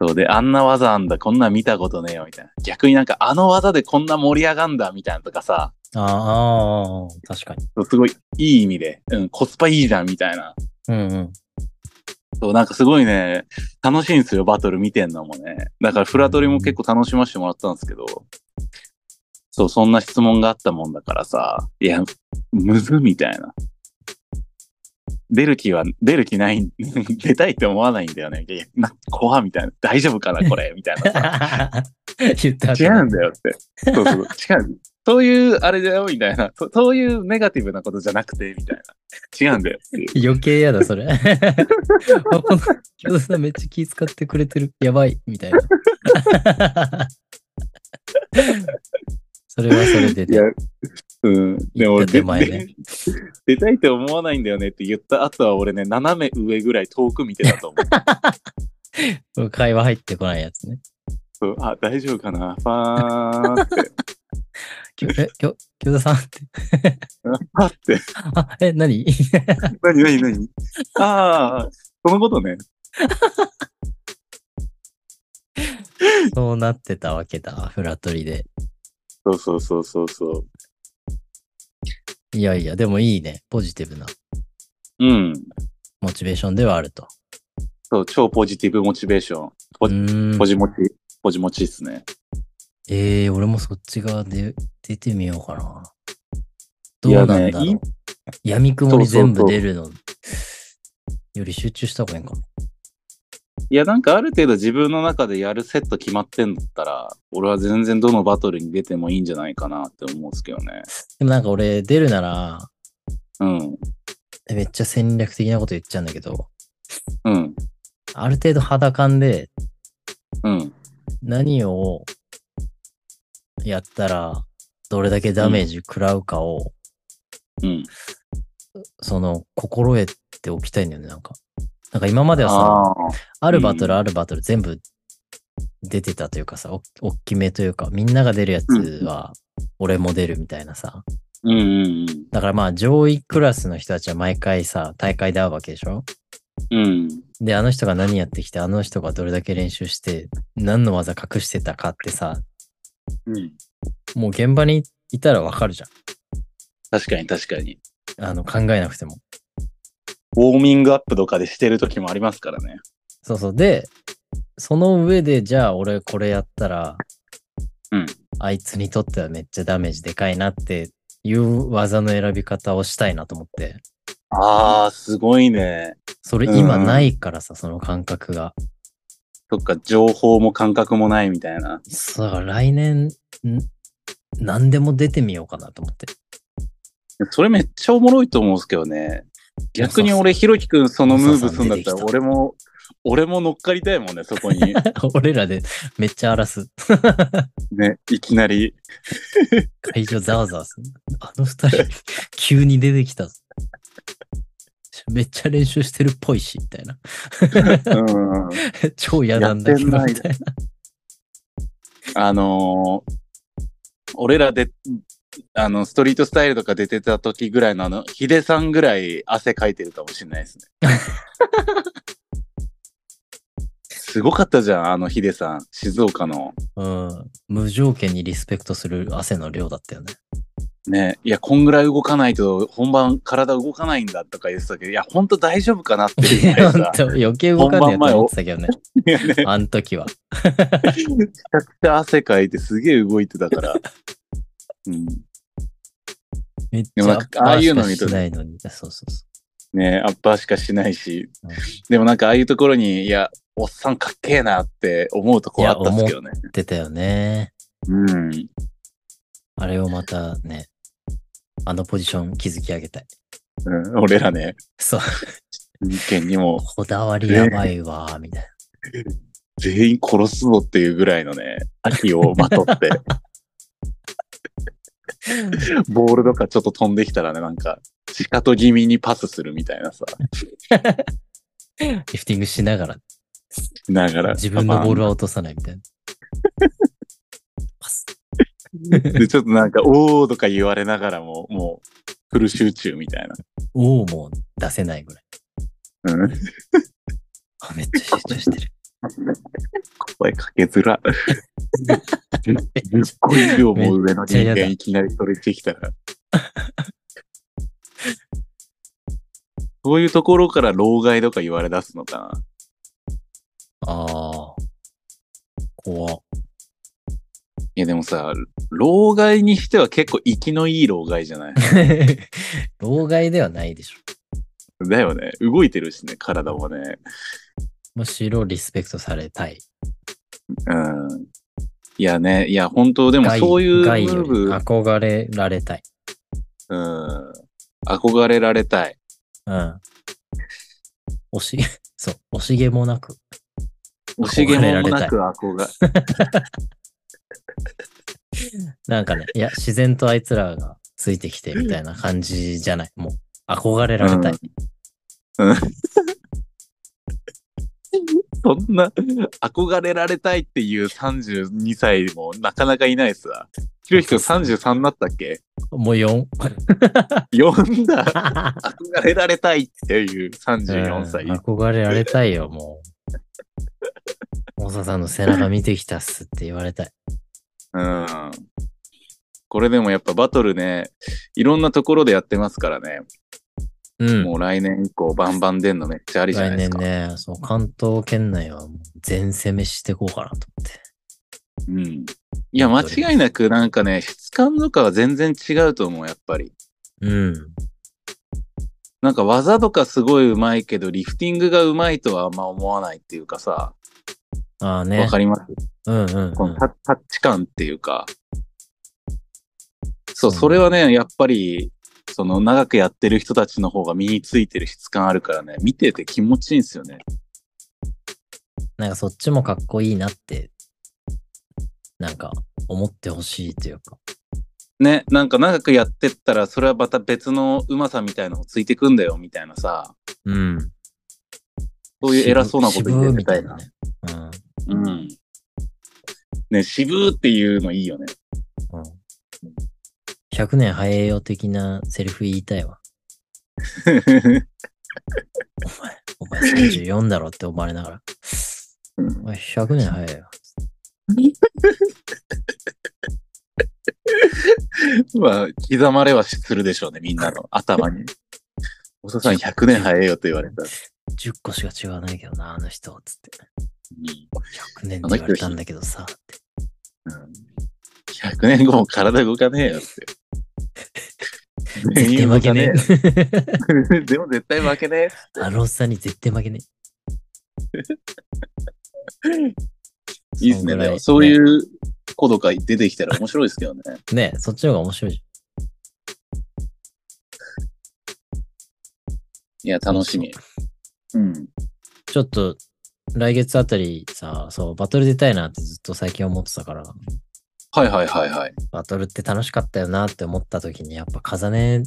S2: そうで、あんな技あんだ、こんなん見たことねえよ、みたいな。逆になんか、あの技でこんな盛り上がんだ、みたいなとかさ、
S1: あーあー、あー確かに。
S2: そうすごいいい意味で、うん、コスパいいじゃん、みたいな。
S1: うん うん。
S2: そう、なんかすごいね、楽しいんですよ、バトル見てんのもね。だから、フラトリも結構楽しませてもらったんですけど、そう、そんな質問があったもんだからさ、いや、むずみたいな。出る気は、出る気ない、 出たいって思わないんだよね。いや、な、怖みたいな。大丈夫かな、これ、みたいなさ。
S1: 言った後
S2: 違うんだよって。そうそう、違う。そういう、あれだよ、みたいな。そそういうネガティブなことじゃなくて、みたいな。違うんだよっていう。
S1: 余計やだ、それ。あこの京田さんめっちゃ気遣ってくれてる。やばい、みたいな。それはそれで
S2: いや
S1: ね。、
S2: うん。でも
S1: 言っ
S2: 俺、
S1: た手前ね
S2: で出たいって思わないんだよねって言った後は俺ね、斜め上ぐらい遠く見てたと 思う。
S1: 会話入ってこないやつね。
S2: そうあ、大丈夫かなファーって。
S1: きょえ、きょ京田さんって。
S2: あって。
S1: あ、え、何
S2: なになになにああ、そのことね。
S1: そうなってたわけだ、フラトリで。
S2: そうそうそうそうそう。
S1: いやいや、でもいいね。ポジティブな
S2: うん。
S1: モチベーションではあると。
S2: そう、超ポジティブモチベーション。
S1: う
S2: ポジ
S1: ーん
S2: ポジモチ、ポジモチっすね。
S1: えー、俺もそっち側で出てみようかな。ど
S2: いう
S1: な
S2: や
S1: んだろう。
S2: ねい
S1: 闇雲に全部
S2: そうそうそう
S1: 出るのより集中した方がいいんかな。
S2: いや、なんかある程度自分の中でやるセット決まってんだったら、俺は全然どのバトルに出てもいいんじゃないかなって思うんですけどね。
S1: でもなんか俺出るなら、
S2: うん。
S1: めっちゃ戦略的なこと言っちゃうんだけど、
S2: うん。
S1: ある程度肌感で
S2: うん。
S1: 何をやったらどれだけダメージ食らうかを、
S2: うん。
S1: その心得ておきたいんだよね、なんか。なんか今まではさ、
S2: あー
S1: あるバトル
S2: うん
S1: あるバトル全部出てたというかさ、おおっきめというか、みんなが出るやつは俺も出るみたいなさ。
S2: うんうんうん。
S1: だからまあ上位クラスの人たちは毎回さ、大会で会うわけでしょ
S2: うん。
S1: で、あの人が何やってきて、あの人がどれだけ練習して、何の技隠してたかってさ、
S2: うん。
S1: もう現場にいたらわかるじゃ
S2: 確かに確かに。
S1: ん。あの、考えなくても。
S2: ウォーミングアップとかでしてる時もありますからね。
S1: そうそう。で、その上で、じゃあ俺これやったら、
S2: うん
S1: あいつにとってはめっちゃダメージでかいなっていう技の選び方をしたいなと思って。
S2: ああ、すごいね。
S1: それ今
S2: うん
S1: ないからさ、その感覚が。
S2: そっか、情報も感覚もないみたいな。
S1: そう、だから来年、ん何でも出てみようかなと思って。
S2: それめっちゃおもろいと思うんですけどね。逆に俺、ひろきくんそのムーブするんだったら、俺も、俺も乗っかりたいもんね、そ こに。
S1: 俺らでめっちゃ荒らす。
S2: ね、いきなり。
S1: 会場ざわざわする。あの二人、急に出てきたぞ。めっちゃ練習してるっぽいし、みたいな。
S2: うん。
S1: 超嫌なんだけど、
S2: やって
S1: み
S2: んな
S1: たいな。
S2: あのー俺らで、あの、ストリートスタイルとか出てた時ぐらいの、あの、ヒデさんぐらい汗かいてるかもしれないですね。 すごかったじゃん、あのヒデさん。静岡の。
S1: うん、無条件にリスペクトする汗の量だったよね。
S2: ね、いや、こんぐらい動かないと、本番体動かないんだとか言ってたけど、いや、ほんと大丈夫かなっていうぐら
S1: 本。
S2: いさ
S1: 当余計動かんねえと思ってたけどね。
S2: いやね、
S1: あん時は。
S2: めちゃくちゃ汗かいてすげえ動いてた から。うん、
S1: めっち
S2: でも
S1: ゃ
S2: なんかああいうの見ると
S1: しないのに。そうそうそ
S2: ねアッパーしかしないし、
S1: うん
S2: でもなんかああいうところに、いや、おっさんかっけえなって思うとこあったんですけどね。
S1: う。出たよね。
S2: うん。
S1: あれをまたね、あのポジション築き上げたい。
S2: うん、俺らね、
S1: そう。
S2: 人間にも
S1: こだわりやばいわー、みたい
S2: 全員殺すぞっていうぐらいのね、秋をまと って、ボールとかちょっと飛んできたらね、なんか、仕方気味にパスするみたいなさ、
S1: な。リフティングしながら、
S2: しながら。
S1: 自分のボール
S2: を。
S1: は落とさないみたいな。パス
S2: で、ちょっとなんか、おーとか言われながらも、もう、フル集中みたいな。
S1: おーもう出せないぐらい。
S2: うん。
S1: あめっちゃ集中して る。
S2: 声かけづら。10個以上も上
S1: めっ
S2: の人
S1: ちゃ嫌だ
S2: 間いきなりそれしてきたら。そういうところから老害とか言われ出すのか
S1: ああ。怖っ
S2: な。いやでもさ、老害にしては結構生きのいい老害じ ゃない
S1: 老害ではないでしょ。
S2: だよね。動いてるしね、体もね。
S1: むしろリスペクトされたい。
S2: うん。いやね、いや本当でも
S1: 害
S2: そういうム
S1: 害よ
S2: ー
S1: り
S2: ブ、
S1: 憧れられたい。
S2: うん。憧れられたい。
S1: うん。惜し、 そう、惜しげもなく。
S2: 惜しげもなく憧れ。
S1: なんかね、いや、自然とあいつらがついてきてみたいな感じじゃない。もう、憧れられたい。
S2: そんな、憧れられたいっていう32歳もなかなかいないっすわ。ひろひくん33になったっけ
S1: もう 4?
S2: 4だ。憧れられたいっていう34歳。
S1: うん憧れられたいよ、もう。大沢さんの背中見てきたっすって言われたい。
S2: うん。これでもやっぱバトルね、いろんなところでやってますからね。
S1: うん。
S2: もう来年以降バンバン出んのめっちゃありじゃな
S1: 来
S2: いで
S1: 年
S2: すか。
S1: ね、そう、関東圏内はもう全攻めしていこうかなと思って。
S2: うん。いや、間違いなくなんかね、質感とかは全然違うと思う、やっぱり。
S1: うん。
S2: なんか技とかすごい上手いけど、リフティングが上手いとはあんま思わないっていうかさ、
S1: ああ
S2: わ
S1: ね。
S2: かります
S1: うんうん、うん。
S2: このタタッチ感っていうか。そう、
S1: うん
S2: それはね、やっぱり、その長くやってる人たちの方が身についてる質感あるからね、見てて気持ちいいんですよね。
S1: なんかそっちもかっこいいなって、なんか思ってほしいというか。
S2: ね、なんか長くやってったら、それはまた別のうまさみたいのもついてくんだよ、みたいなさ、
S1: うん。
S2: そういう偉そうなこと言
S1: 渋
S2: っ
S1: い
S2: て
S1: み
S2: みた
S1: た
S2: い
S1: いな
S2: な。
S1: ね。うん。
S2: うん。ね、渋っていうのいいよね。
S1: うん、100年早えよ的なセリフ言いたいわ。お前34だろって思われながら。
S2: うん
S1: お前100年早えよ。
S2: まあ、刻まれはするでしょうね、みんなの 頭に。おささん100年早いよと言われた。
S1: 10個しか違わないけどな、あの人。つって。100年
S2: あ
S1: っ
S2: の
S1: て
S2: 人
S1: 言われたんだけどさ。って
S2: うん100年後も体動かねえよって。
S1: 絶対負けねえ。
S2: え。でも絶対負けね
S1: あのおっさんに絶対負けね
S2: え。いいですね。
S1: そんぐらい
S2: でもそういうことが出てきたら面白いですけどね。
S1: え。ねえ、そっちの方が面白いじ
S2: いや、楽しみ。うん。
S1: ゃん。ちょっと、来月あたりさ、そう、バトル出たいなってずっと最近思ってたから、
S2: はいはいはいはい。
S1: バトルって楽しかったよなって思った時に、やっぱ風音、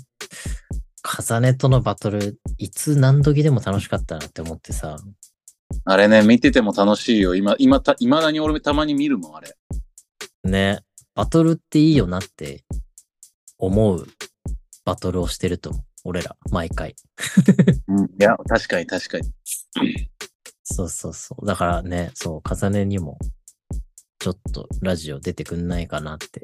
S1: 風音とのバトル、いつ何時でも楽しかったなって思ってさ、
S2: あれね、見てても楽しいよ。今、今た、未だに俺たまに見るもん、あれ。
S1: ね、バトルっていいよなって思うバトルをしてると思う。俺ら、毎回。
S2: うん。いや、確かに確かに。
S1: そうそうそう。だからね、そう、風音にも、ちょっとラジオ出てくんないかなって、
S2: い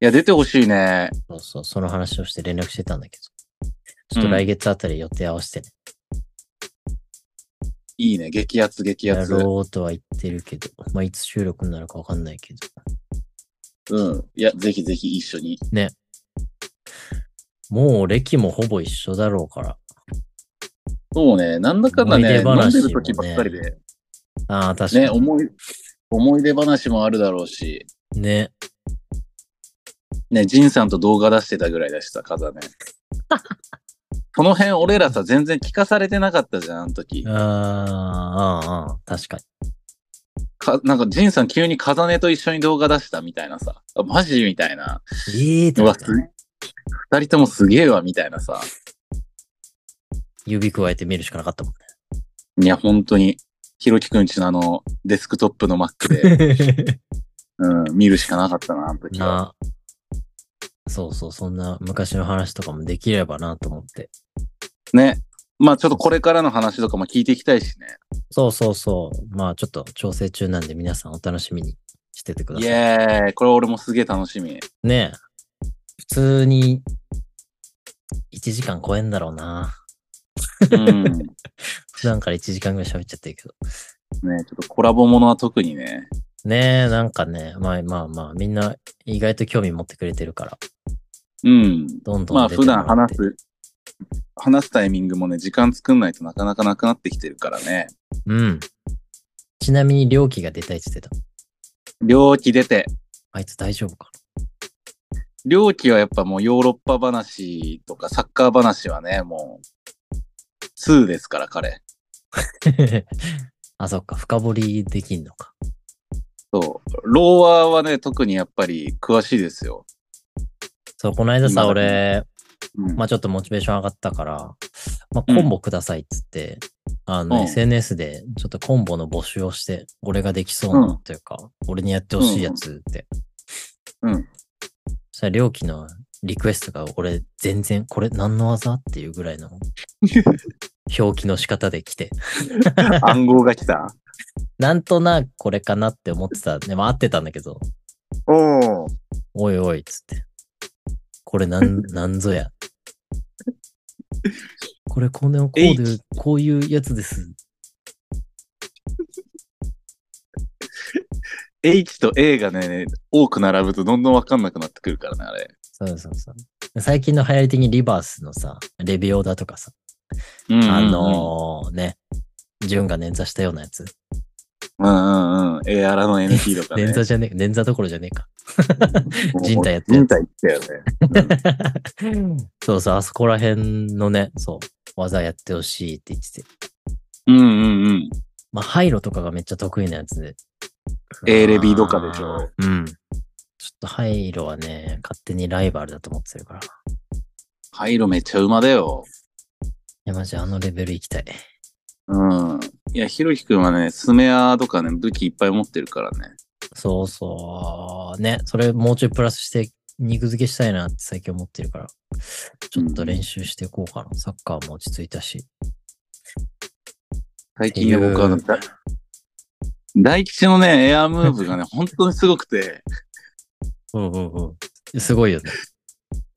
S2: や、出てほしいね。
S1: そうそう、その話をして連絡してたんだけど、ちょっと来月あたり予定合わせてね、
S2: いいね。激アツ、激ア
S1: や
S2: ツ。
S1: ろうとは言ってるけど、まあ、いつ収録になるかわかんないけど、
S2: うん。いや、ぜひぜひ一緒に。
S1: もう歴もほぼ一緒だろうから。
S2: そうね、なんだかんだ
S1: 思い
S2: ね、
S1: 出話もね
S2: 飲んでる時ばっかりで、
S1: ああ、確か
S2: ね、
S1: に。
S2: 思い、思い出話もあるだろうし、
S1: ね。
S2: ね、ジンさんと動画出してたぐらいだしさ、風ね。この辺俺らさ、全然聞かされてなかったじゃん、あの時
S1: あ。あ、ああ、ああ確かに。
S2: かなんか、ジンさん急に風音と一緒に動画出したみたいなさ、あマジみたいな。
S1: ええ
S2: う
S1: と
S2: わ、
S1: か
S2: す二人ともすげえわ、みたいなさ。
S1: 指加えて見るしかなかったもん
S2: いや、本当に、ひろきくんちのあの、デスクトップの Mac で、
S1: ね。
S2: うん、見るしかなかったな、あの時は。
S1: なそうそう、そんな昔の話とかもできればなと思って。
S2: ね。まあちょっとこれからの話とかも聞いていきたいしね。
S1: そうそうそう。まあちょっと調整中なんで皆さんお楽しみにしててくだ
S2: イ
S1: さ
S2: エーイこれ俺もすげえ楽しみ。
S1: い。ねえ。普通に1時間超えんだろうな。
S2: うん。ね
S1: 普段から1時間ぐらい喋っちゃってるけど。
S2: ちょっとコラボものは特にね。
S1: ねえ、なんかね、まあまあまあ、みんな意外と興味持ってくれてるから、
S2: うん。
S1: どんどん
S2: まあ
S1: 出
S2: 普
S1: てもら
S2: 段
S1: って
S2: 話す、話すタイミングもね、時間作んないとなかなかなくなってきてるからね。
S1: うん。ちなみに、料金が出たいって言ってた。
S2: 猟奇出て。
S1: あいつ大丈夫か
S2: 猟奇はやっぱもうヨーロッパ話とかサッカー話はね、もう、2ですから彼。
S1: なあ、そっか、深掘りできんのか。
S2: そう。ローワーはね、特にやっぱり詳しいですよ。
S1: そう、この間さ、
S2: 今だけ
S1: 俺、
S2: うん
S1: まあちょっとモチベーション上がったから、まあコンボくださいっつって、あの、
S2: うん
S1: SNS でちょっとコンボの募集をして、俺ができそうなというか、俺にやってほしいやつって。
S2: うんう
S1: そ
S2: ん
S1: したら、料金のリクエストが俺、全然、これ何の技っていうぐらいの表記の仕方で来て、
S2: 暗号が来た。
S1: なんとなくこれかなって思ってた。でも合ってたんだけど、
S2: おお。
S1: おいおいっつって。これ なん、なんぞや。これこのこう
S2: えい
S1: で、こういうやつです。
S2: H と A がね、多く並ぶとどんどんわかんなくなってくるからね、あれ。
S1: そうそうそう。最近の流行り的にリバースのさ、レビオーダーとかさ、
S2: うんうんうん
S1: あのーね、ジュンが捻挫したようなやつ。
S2: うんうんうん。A アラの NT とかね。
S1: 捻挫じゃねえ、捻挫どころじゃねえか。人体やってる
S2: 人体いったよね。
S1: そうそう、あそこら辺のね、そう、技やってほしいって言ってて。
S2: うんうんうん。
S1: まあ、ハイロとかがめっちゃ得意なやつで。
S2: A レビとかでしょ。
S1: うん。ちょっとハイロはね、勝手にライバルだと思ってるから。い
S2: ハイロめっちゃ馬だよ。
S1: や、マジあのレベル行きたい。
S2: うん。いや、ひろきくんはね、スメアとかね、武器いっぱい持ってるからね。
S1: そうそう。ね、それもうちょいプラスして肉付けしたいなって最近思ってるから、ちょっと練習していこうかな。サッカーも落ち着いたし。
S2: 最近ね、
S1: っていう
S2: 僕はね、だ大吉のね、エアムーブがね、本当にすごくて、
S1: うんうんうん。すごいよね。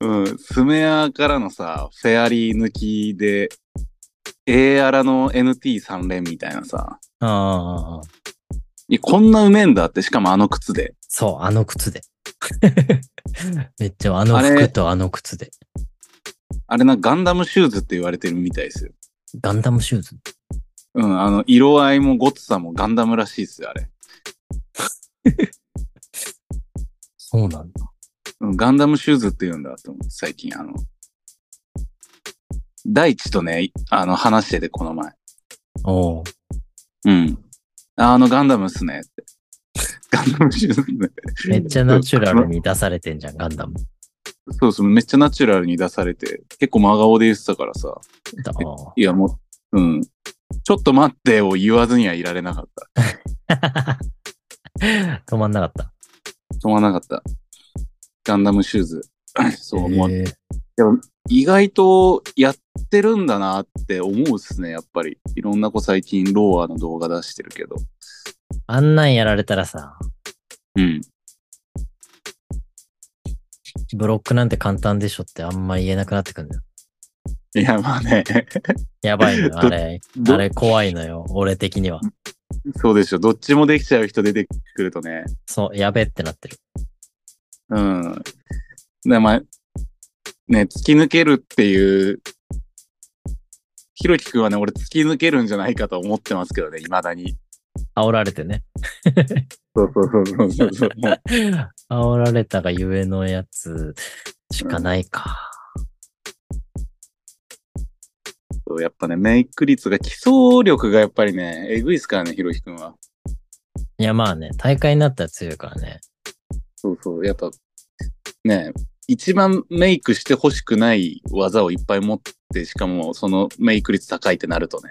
S2: うん、スメアからのさ、フェアリー抜きで、A アラの NT3 連みたいなさ、
S1: ああ。
S2: いやこんなうめえんだって、しかもあの靴で。
S1: そう、あの靴で。 めっちゃあの
S2: あれ
S1: 服とあの靴で。
S2: あれな、ガンダムシューズって言われてるみたいですよ。
S1: ガンダムシューズ。
S2: うん、あの、色合いもゴツさもガンダムらしいっすよ、あれ。
S1: そうなんだ。
S2: うんガンダムシューズって言うんだと思って、最近、あの、大地とね、あの、話してて、この前。
S1: おお。
S2: うん。あの、ガンダムっすね、って。 ガンダムシューズっすね。
S1: めっちゃナチュラルに出されてんじゃん、ガンダム。
S2: そうそう、めっちゃナチュラルに出されて、結構真顔で言ってたからさ、
S1: だあ
S2: いや、もう、うん。ちょっと待ってを言わずにはいられなかった。
S1: ー止まんなかった。
S2: 止まらなかった。ガンダムシューズ。 そう思って。
S1: へー
S2: 意外とやってるんだなって思うっすね、やっぱり。いろんな子最近ローアの動画出してるけど。
S1: あんなんやられたらさ、
S2: うん。
S1: ブロックなんて簡単でしょってあんま言えなくなってくんだよ。
S2: いや、まあ ね。
S1: やばいのよ、あれ。
S2: ど
S1: あれ怖いのよ、俺的には。
S2: そうでしょ。どっちもできちゃう人出てくるとね。
S1: そう、やべってなってる。
S2: うん。で、まあ、ね、突き抜けるっていう、ひろきくんはね、俺突き抜けるんじゃないかと思ってますけどね、未だに。
S1: 煽られてね。
S2: そうそうそうそうそう。もう
S1: 煽られたがゆえのやつしかないか。
S2: そうやっぱね、メイク率が、基礎力がやっぱりね、えぐいっすからね、ひろきくんは。
S1: いや、まあね、大会になったら強いからね。
S2: そうそう、やっぱ、ね、一番メイクしてほしくない技をいっぱい持って、しかもそのメイク率高いってなるとね、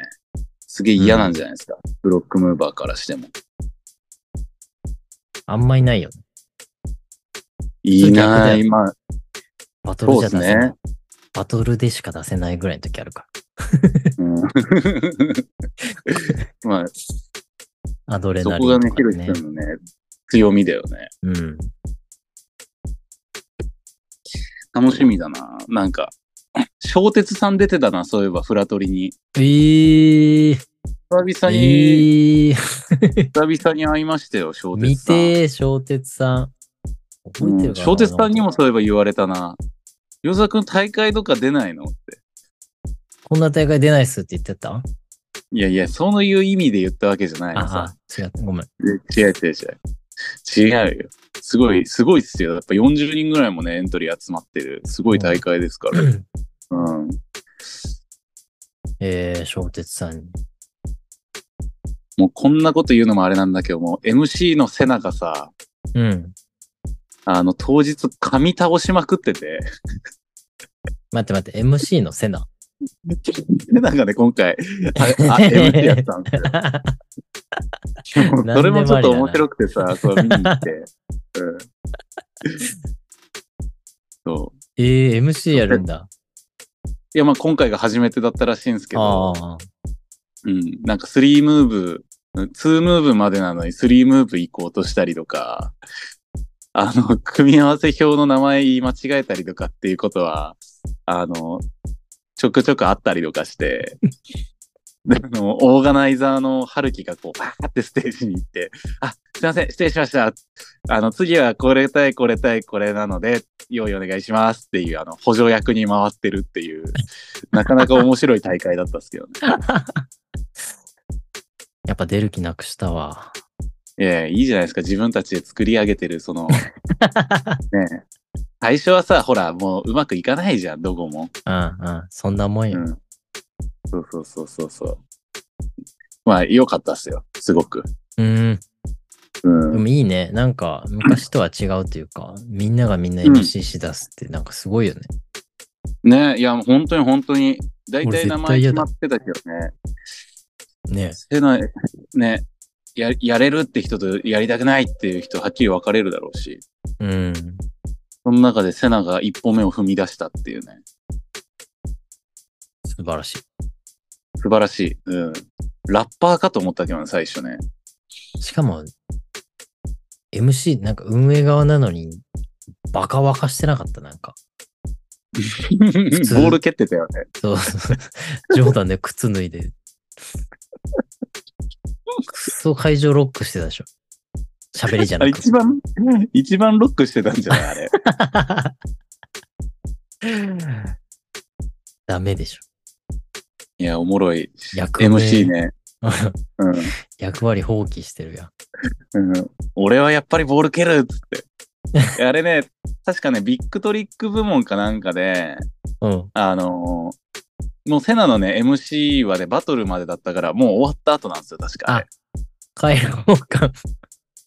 S2: すげえ嫌なんじゃないですか。ブロックムーバーからしても。
S1: あんまいないよね。
S2: い
S1: 逆
S2: な
S1: だ
S2: い、まあ、
S1: バトル
S2: そ
S1: じ
S2: う
S1: ゃ
S2: で
S1: 出
S2: す
S1: せない。
S2: ね。
S1: バトルでしか出せないぐらいの時あるから。
S2: まあ、
S1: アドレ
S2: そ
S1: ナ
S2: こ
S1: リ
S2: が
S1: ン
S2: ね
S1: と、
S2: ひ
S1: か
S2: ろき
S1: ね。
S2: くんのね、強みだよね。
S1: うん。
S2: 楽しみだな。なんか、小鉄さん出てたな、そういえば、フラトリに。
S1: えー、
S2: 久々に、
S1: えー、
S2: 久々に会いましたよ、小
S1: 見
S2: 鉄さ
S1: て
S2: ん。
S1: ー、小鉄さん。覚えてるかな、
S2: 小鉄さんにもそういえば言われたな。ヨザ君大会とか出ないのって。
S1: こんな大会出ないっすって言ってた
S2: いやいや、そういう意味で言ったわけじゃない
S1: あ
S2: のさ
S1: あ。、違った。ごめん。
S2: 違う違う違う。違うよ。すごい、すごいっすよ。やっぱ40人ぐらいもね、エントリー集まってる。すごい大会ですから。うん。
S1: えー、小鉄さんに。
S2: もうこんなこと言うのもあれなんだけども、MC の背中さ、
S1: うん。
S2: あの、当日噛み倒しまくってて、
S1: 待って待って、MC のセナ。
S2: 背中ね、今回、あ、あ MC やってたんですよ。それもちょっと面白くてさ、そう見に行って。うん。そう。
S1: えー、MC やるんだ。
S2: いや、まあ今回が初めてだったらしいんですけ
S1: あ
S2: ど、
S1: あ。
S2: うん。なんか3ムーブ、2ムーブまでなのに3ムーブ行こうとしたりとか、あの、組み合わせ表の名前言い間違えたりとかっていうことは、あの、ちょくちょくあったりとかして、 であの、オーガナイザーの春樹がこう、バーってステージに行って、あ、すいません、失礼しました。あの、次はこれ対これ対これなので、用意お願いしますっていう、あの、補助役に回ってるっていう、なかなか面白い大会だったっすけどね。
S1: やっぱ出る気なくしたわ。
S2: ええいいじゃないですか。自分たちで作り上げてる、そ の、ねえ最初はさ、ほら、もううまくいかないじゃん、どこも。
S1: うんうん。そんなもん
S2: う
S1: よ。
S2: ん。そうそうそうそうそう。まあ、良かったっすよ。すごく。
S1: うん。
S2: うん
S1: で。もいいね。なんか、昔とは違うというか、みんながみんな MC しだすって、なんかすごいよね。
S2: ねいや、本当に本当に。大
S1: 俺絶
S2: 体
S1: 対
S2: 名前
S1: 嫌
S2: 決
S1: だ
S2: まってたけどね。
S1: ね
S2: せない、ねや、やれるって人とやりたくないっていう人、はっきり分かれるだろうし。
S1: うん。
S2: その中でセナが一歩目を踏み出したっていうね。
S1: 素晴らし
S2: 素晴らしい。うん。ラッパーかと思ったけどね、最初ね。
S1: い。しかも、MC、なんか運営側なのに、バカバカしてなかった、なんか。
S2: ボ
S1: 通
S2: ール蹴ってたよね。
S1: そうそうそう。冗談で靴脱いで。くそ会場ロックしてたでしょ。喋りじゃ
S2: あれ
S1: なく
S2: 一番、 一番ロックしてたんじゃないあれ。
S1: ダメでしょ。
S2: いや、おもろい。
S1: 役名
S2: MC ね。うん。
S1: 役割放棄してるやん。
S2: うん、俺はやっぱりボール蹴るっつって。あれね、確かね、ビッグトリック部門かなんかで、
S1: うん。
S2: あのーもうセナのね、MC はね、バトルまでだったから、もう終わった後なんですよ、確か。
S1: 解放感。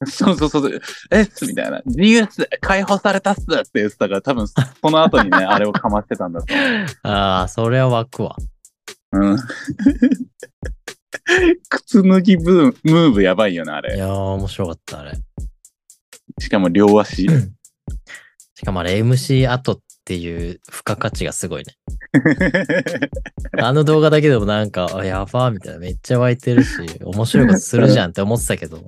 S2: そうそうそう。えっすみたいな。自由っす解放されたっすって言ってたから、多分、その後に ね、あれをかましてたんだと思う
S1: ああ、それは湧くわ。
S2: うん靴脱ぎブームムーブやばいよな、あ
S1: い
S2: れ。
S1: やー、面白かった、あれ。
S2: しかも両 足。
S1: しかもあれ、MC 後っていう付加価値がすごいね。あの動画だけでもなんか、あやばーみたいな、めっちゃ湧いてるし、面白いことするじゃんって思ってたけど、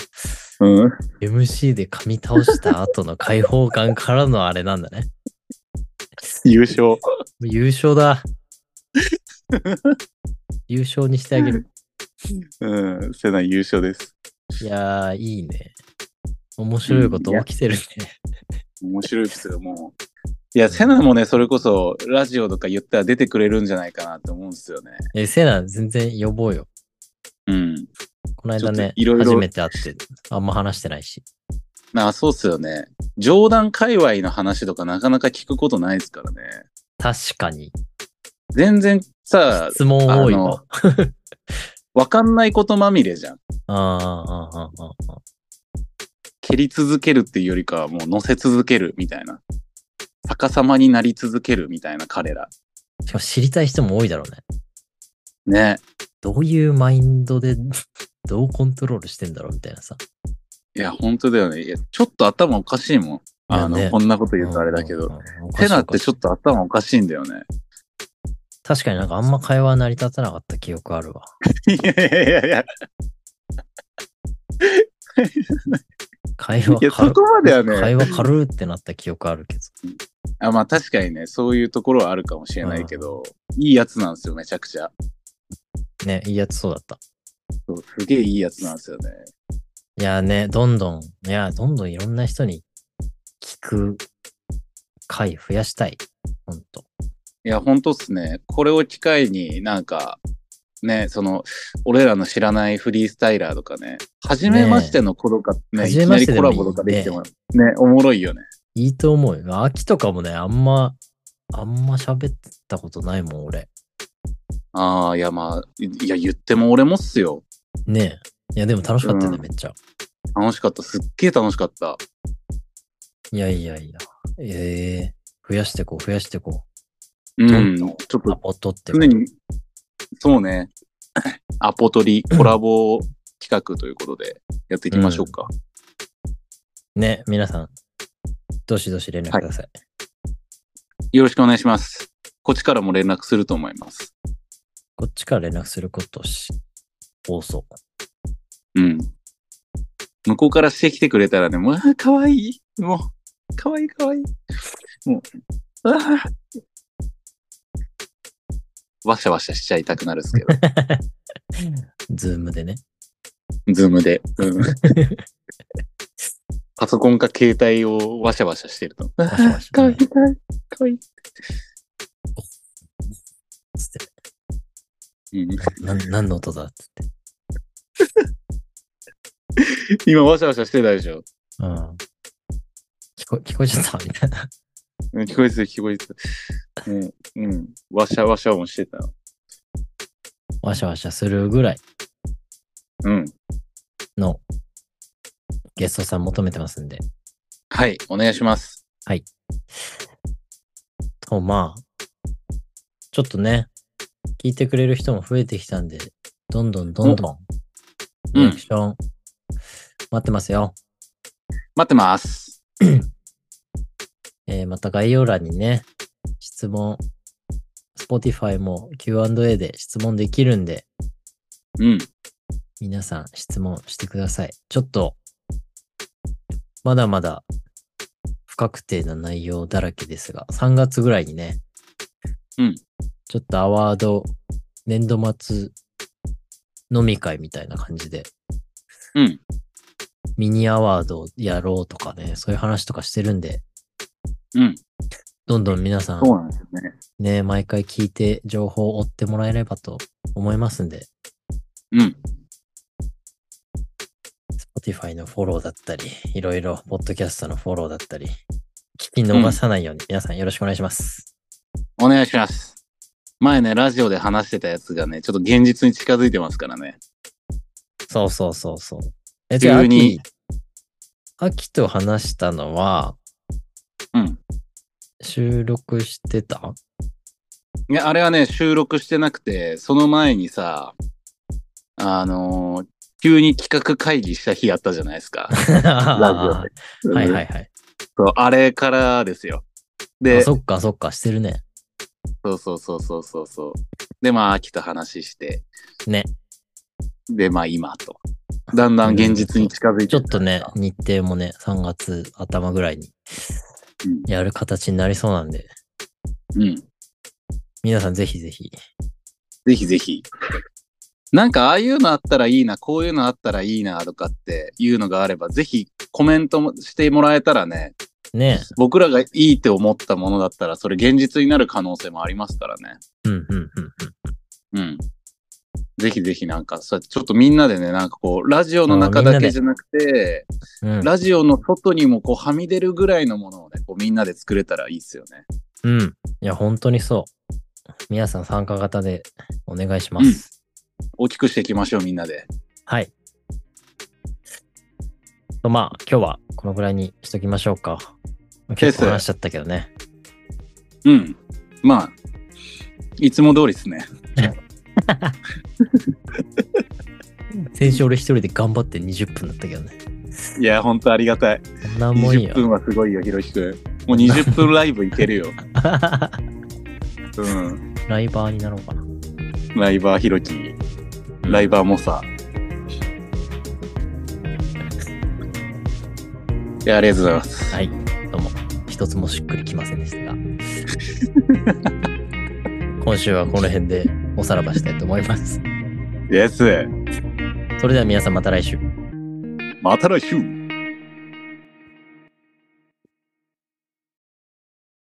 S2: うん、
S1: MC で噛み倒した後の解放感からのあれなんだね。
S2: 優勝。
S1: 優勝だ。優勝にしてあげる。
S2: うん、セナ優勝です。
S1: いやー、いいね。面白いこと起きてるね。
S2: 面白いですよ、もう。いや、セナもね、それこそ、ラジオとか言ったら出てくれるんじゃないかなって思うんですよね。
S1: え、セナ、全然呼ぼうよ。
S2: うん。
S1: この間ね、
S2: ちょっと色々
S1: 初めて会って、あんま話してないし。
S2: なあ、そうっすよね。冗談界隈の話とかなかなか聞くことないですからね。
S1: 確かに。
S2: 全然さ、
S1: 質問多いわ。
S2: わかんないことまみれじゃん。
S1: ああ、ああ、ああ。
S2: 蹴り続けるっていうよりかはもう乗せ続けるみたいな。逆さまになり続けるみたいな彼ら。
S1: しかも知りたい人も多いだろうね。
S2: ね。
S1: どういうマインドで、どうコントロールしてんだろうみたいなさ。
S2: いや、本当だよね。いや、ちょっと頭おかしいもん。あの、
S1: いやね
S2: こんなこと言うとあれだけど。
S1: うんうんうん。おかし
S2: セ
S1: い
S2: ナってちょっと頭おかしいんだよね。
S1: 確かになんかあんま会話成り立たなかった記憶あるわ。
S2: いやいやいやいや、
S1: 会話
S2: いや
S1: 軽
S2: そこまではね
S1: 会話軽ーってなった記憶あるけど。
S2: あまあ確かにね、そういうところはあるかもしれないけど、いいやつなんですよ、めちゃくちゃ。
S1: ね、いいやつそうだった。
S2: そうすげえいいやつなんですよね。
S1: いやね、どんどん、いや、どんどんいろんな人に聞く回増やしたい。ほんと。
S2: いや、ほんとっすね。これを機会になんか、ね、その、俺らの知らないフリースタイラーとかね、初めましての子とかね、い
S1: 初め
S2: き
S1: ま
S2: な
S1: してで
S2: りコ
S1: も
S2: ラ
S1: いい
S2: ボとかできてもね、おもろいよね。
S1: いいと思うよ。秋とかもね、あんま、あんま喋ったことないもん、俺。
S2: ああ、いや、まあ、いいや、言っても俺もっすよ。
S1: ねえ。いや、でも楽しかったよね、
S2: うん
S1: めっちゃ。
S2: 楽しかった。すっげえ楽しかった。
S1: いやいやいや。ええ増やしてこう、増やしてこ
S2: う
S1: う。
S2: ん。ち
S1: ど
S2: ょ
S1: んどん
S2: っ
S1: ア
S2: と、
S1: ポ取ってこう
S2: 常に、そうね、 アポ取りコラボ企画ということで、やっていきましょうか。
S1: ね、皆さん、どしどし連絡ください。
S2: よろしくお願いします。こっちからも連絡すると思います。
S1: こっちから連絡することし、多そ
S2: うん。向こうからしてきてくれたらね、もう、あーかわいい。もう、かわいいかわいい。もう、ああ。わしゃわしゃしちゃいたくなるんですけ ど、
S1: う。ズームでね。
S2: ズームで。 うん。パソコンか携帯をわしゃわしゃしてると。
S1: わしゃわしゃ
S2: あーかわいいかわいい。かわい
S1: つって。
S2: い。うん、
S1: な何の音だっつって。
S2: 今、わしゃわしゃしてたでしょ。
S1: うん。聞こ聞こえちゃったみたいな。
S2: うん聞こえてた、聞こえてた。もう、うん。わしゃわしゃもしてた。
S1: わしゃわしゃするぐらい
S2: うん。
S1: のゲストさん求めてますんで。
S2: はい、お願いします。
S1: と、まあ、ちょっとね、聞いてくれる人も増えてきたんで、どんどんどんどん、
S2: うん
S1: リアクション、待ってますよ。
S2: 待ってます。
S1: えーまた概要欄にね、質問、Spotify も Q&A で質問できるんで、
S2: うん。
S1: 皆さん質問してください。ちょっと、まだまだ不確定な内容だらけですが、3月ぐらいにね、
S2: うん。
S1: ちょっとアワード、年度末飲み会みたいな感じで、
S2: うん。
S1: ミニアワードをやろうとかね、そういう話とかしてるんで、
S2: うん。
S1: どんどん皆さん
S2: そうなんですよね。
S1: ね、毎回聞いて情報を追ってもらえればと思いますんで、
S2: うん。
S1: Spotify のフォローだったり、いろいろ、ポッドキャストのフォローだったり、聞き逃さないように、皆さんよろしくお願いします。
S2: お願いします。前ね、ラジオで話してたやつがね、ちょっと現実に近づいてますからね。
S1: そうそうそうそう。え、じゃあ、
S2: 急
S1: 秋
S2: に、
S1: 秋と話したのは、
S2: うん。
S1: 収録してた
S2: いや、あれはね、収録してなくて、その前にさ、あのー急に企画会議した日あったじゃないです か。
S1: は
S2: ラ
S1: い
S2: ジオで。
S1: はい
S2: い。
S1: はい。
S2: そう、あれからですよ。
S1: あ
S2: で、そ
S1: そっかそっか、してるね。
S2: うそうそうそうそうそう。で、まあ、秋と話して。
S1: ね。
S2: で、まあ、今と。だんだん現実に近づいて、
S1: ちょっとね、日程もね、3月頭ぐらいに
S2: うん
S1: やる形になりそうなんで、
S2: うん。
S1: 皆さんぜひぜひ、
S2: ぜひぜひ。なんかああいうのあったらいいな、こういうのあったらいいなとかっていうのがあれば、ぜひコメントもしてもらえたらね、
S1: ね、
S2: 僕らがいいって思ったものだったら、それ現実になる可能性もありますからね。
S1: うんうんうん
S2: うん。ぜひぜひなんかさ、ちょっとみんなでね、なんかこう、ラジオの中
S1: あーみんな
S2: だ
S1: で
S2: けじゃなくて、
S1: うん。うん
S2: ラジオの外にもこう、はみ出るぐらいのものをね、こうみんなで作れたらいいっすよね。
S1: うん。いや、本当にそう。皆さん参加型でお願いします。
S2: 大きくしていきましょう、みんなで。
S1: はい。とまあ、今日はこのぐらいにしときましょうか。結構話しちゃったけどね。
S2: うん。まあ、いつも通りですね。
S1: 先週俺一人で頑張って20分だったけどね。
S2: いや、ほんとありがたい。
S1: そんなもん
S2: 20
S1: よ。
S2: 分はすごいよ、ひろしくん。もう20分ライブいけるよ。うん。
S1: ライバーになろうかな。
S2: ライバーひろき、ライバーモサ。いや、ありがとうございます。
S1: はい、どうも。一つもしっくりきませんでしたが。 今週はこの辺でおさらばしたいと思います。
S2: です。
S1: それでは皆さんまた来週。
S2: また来週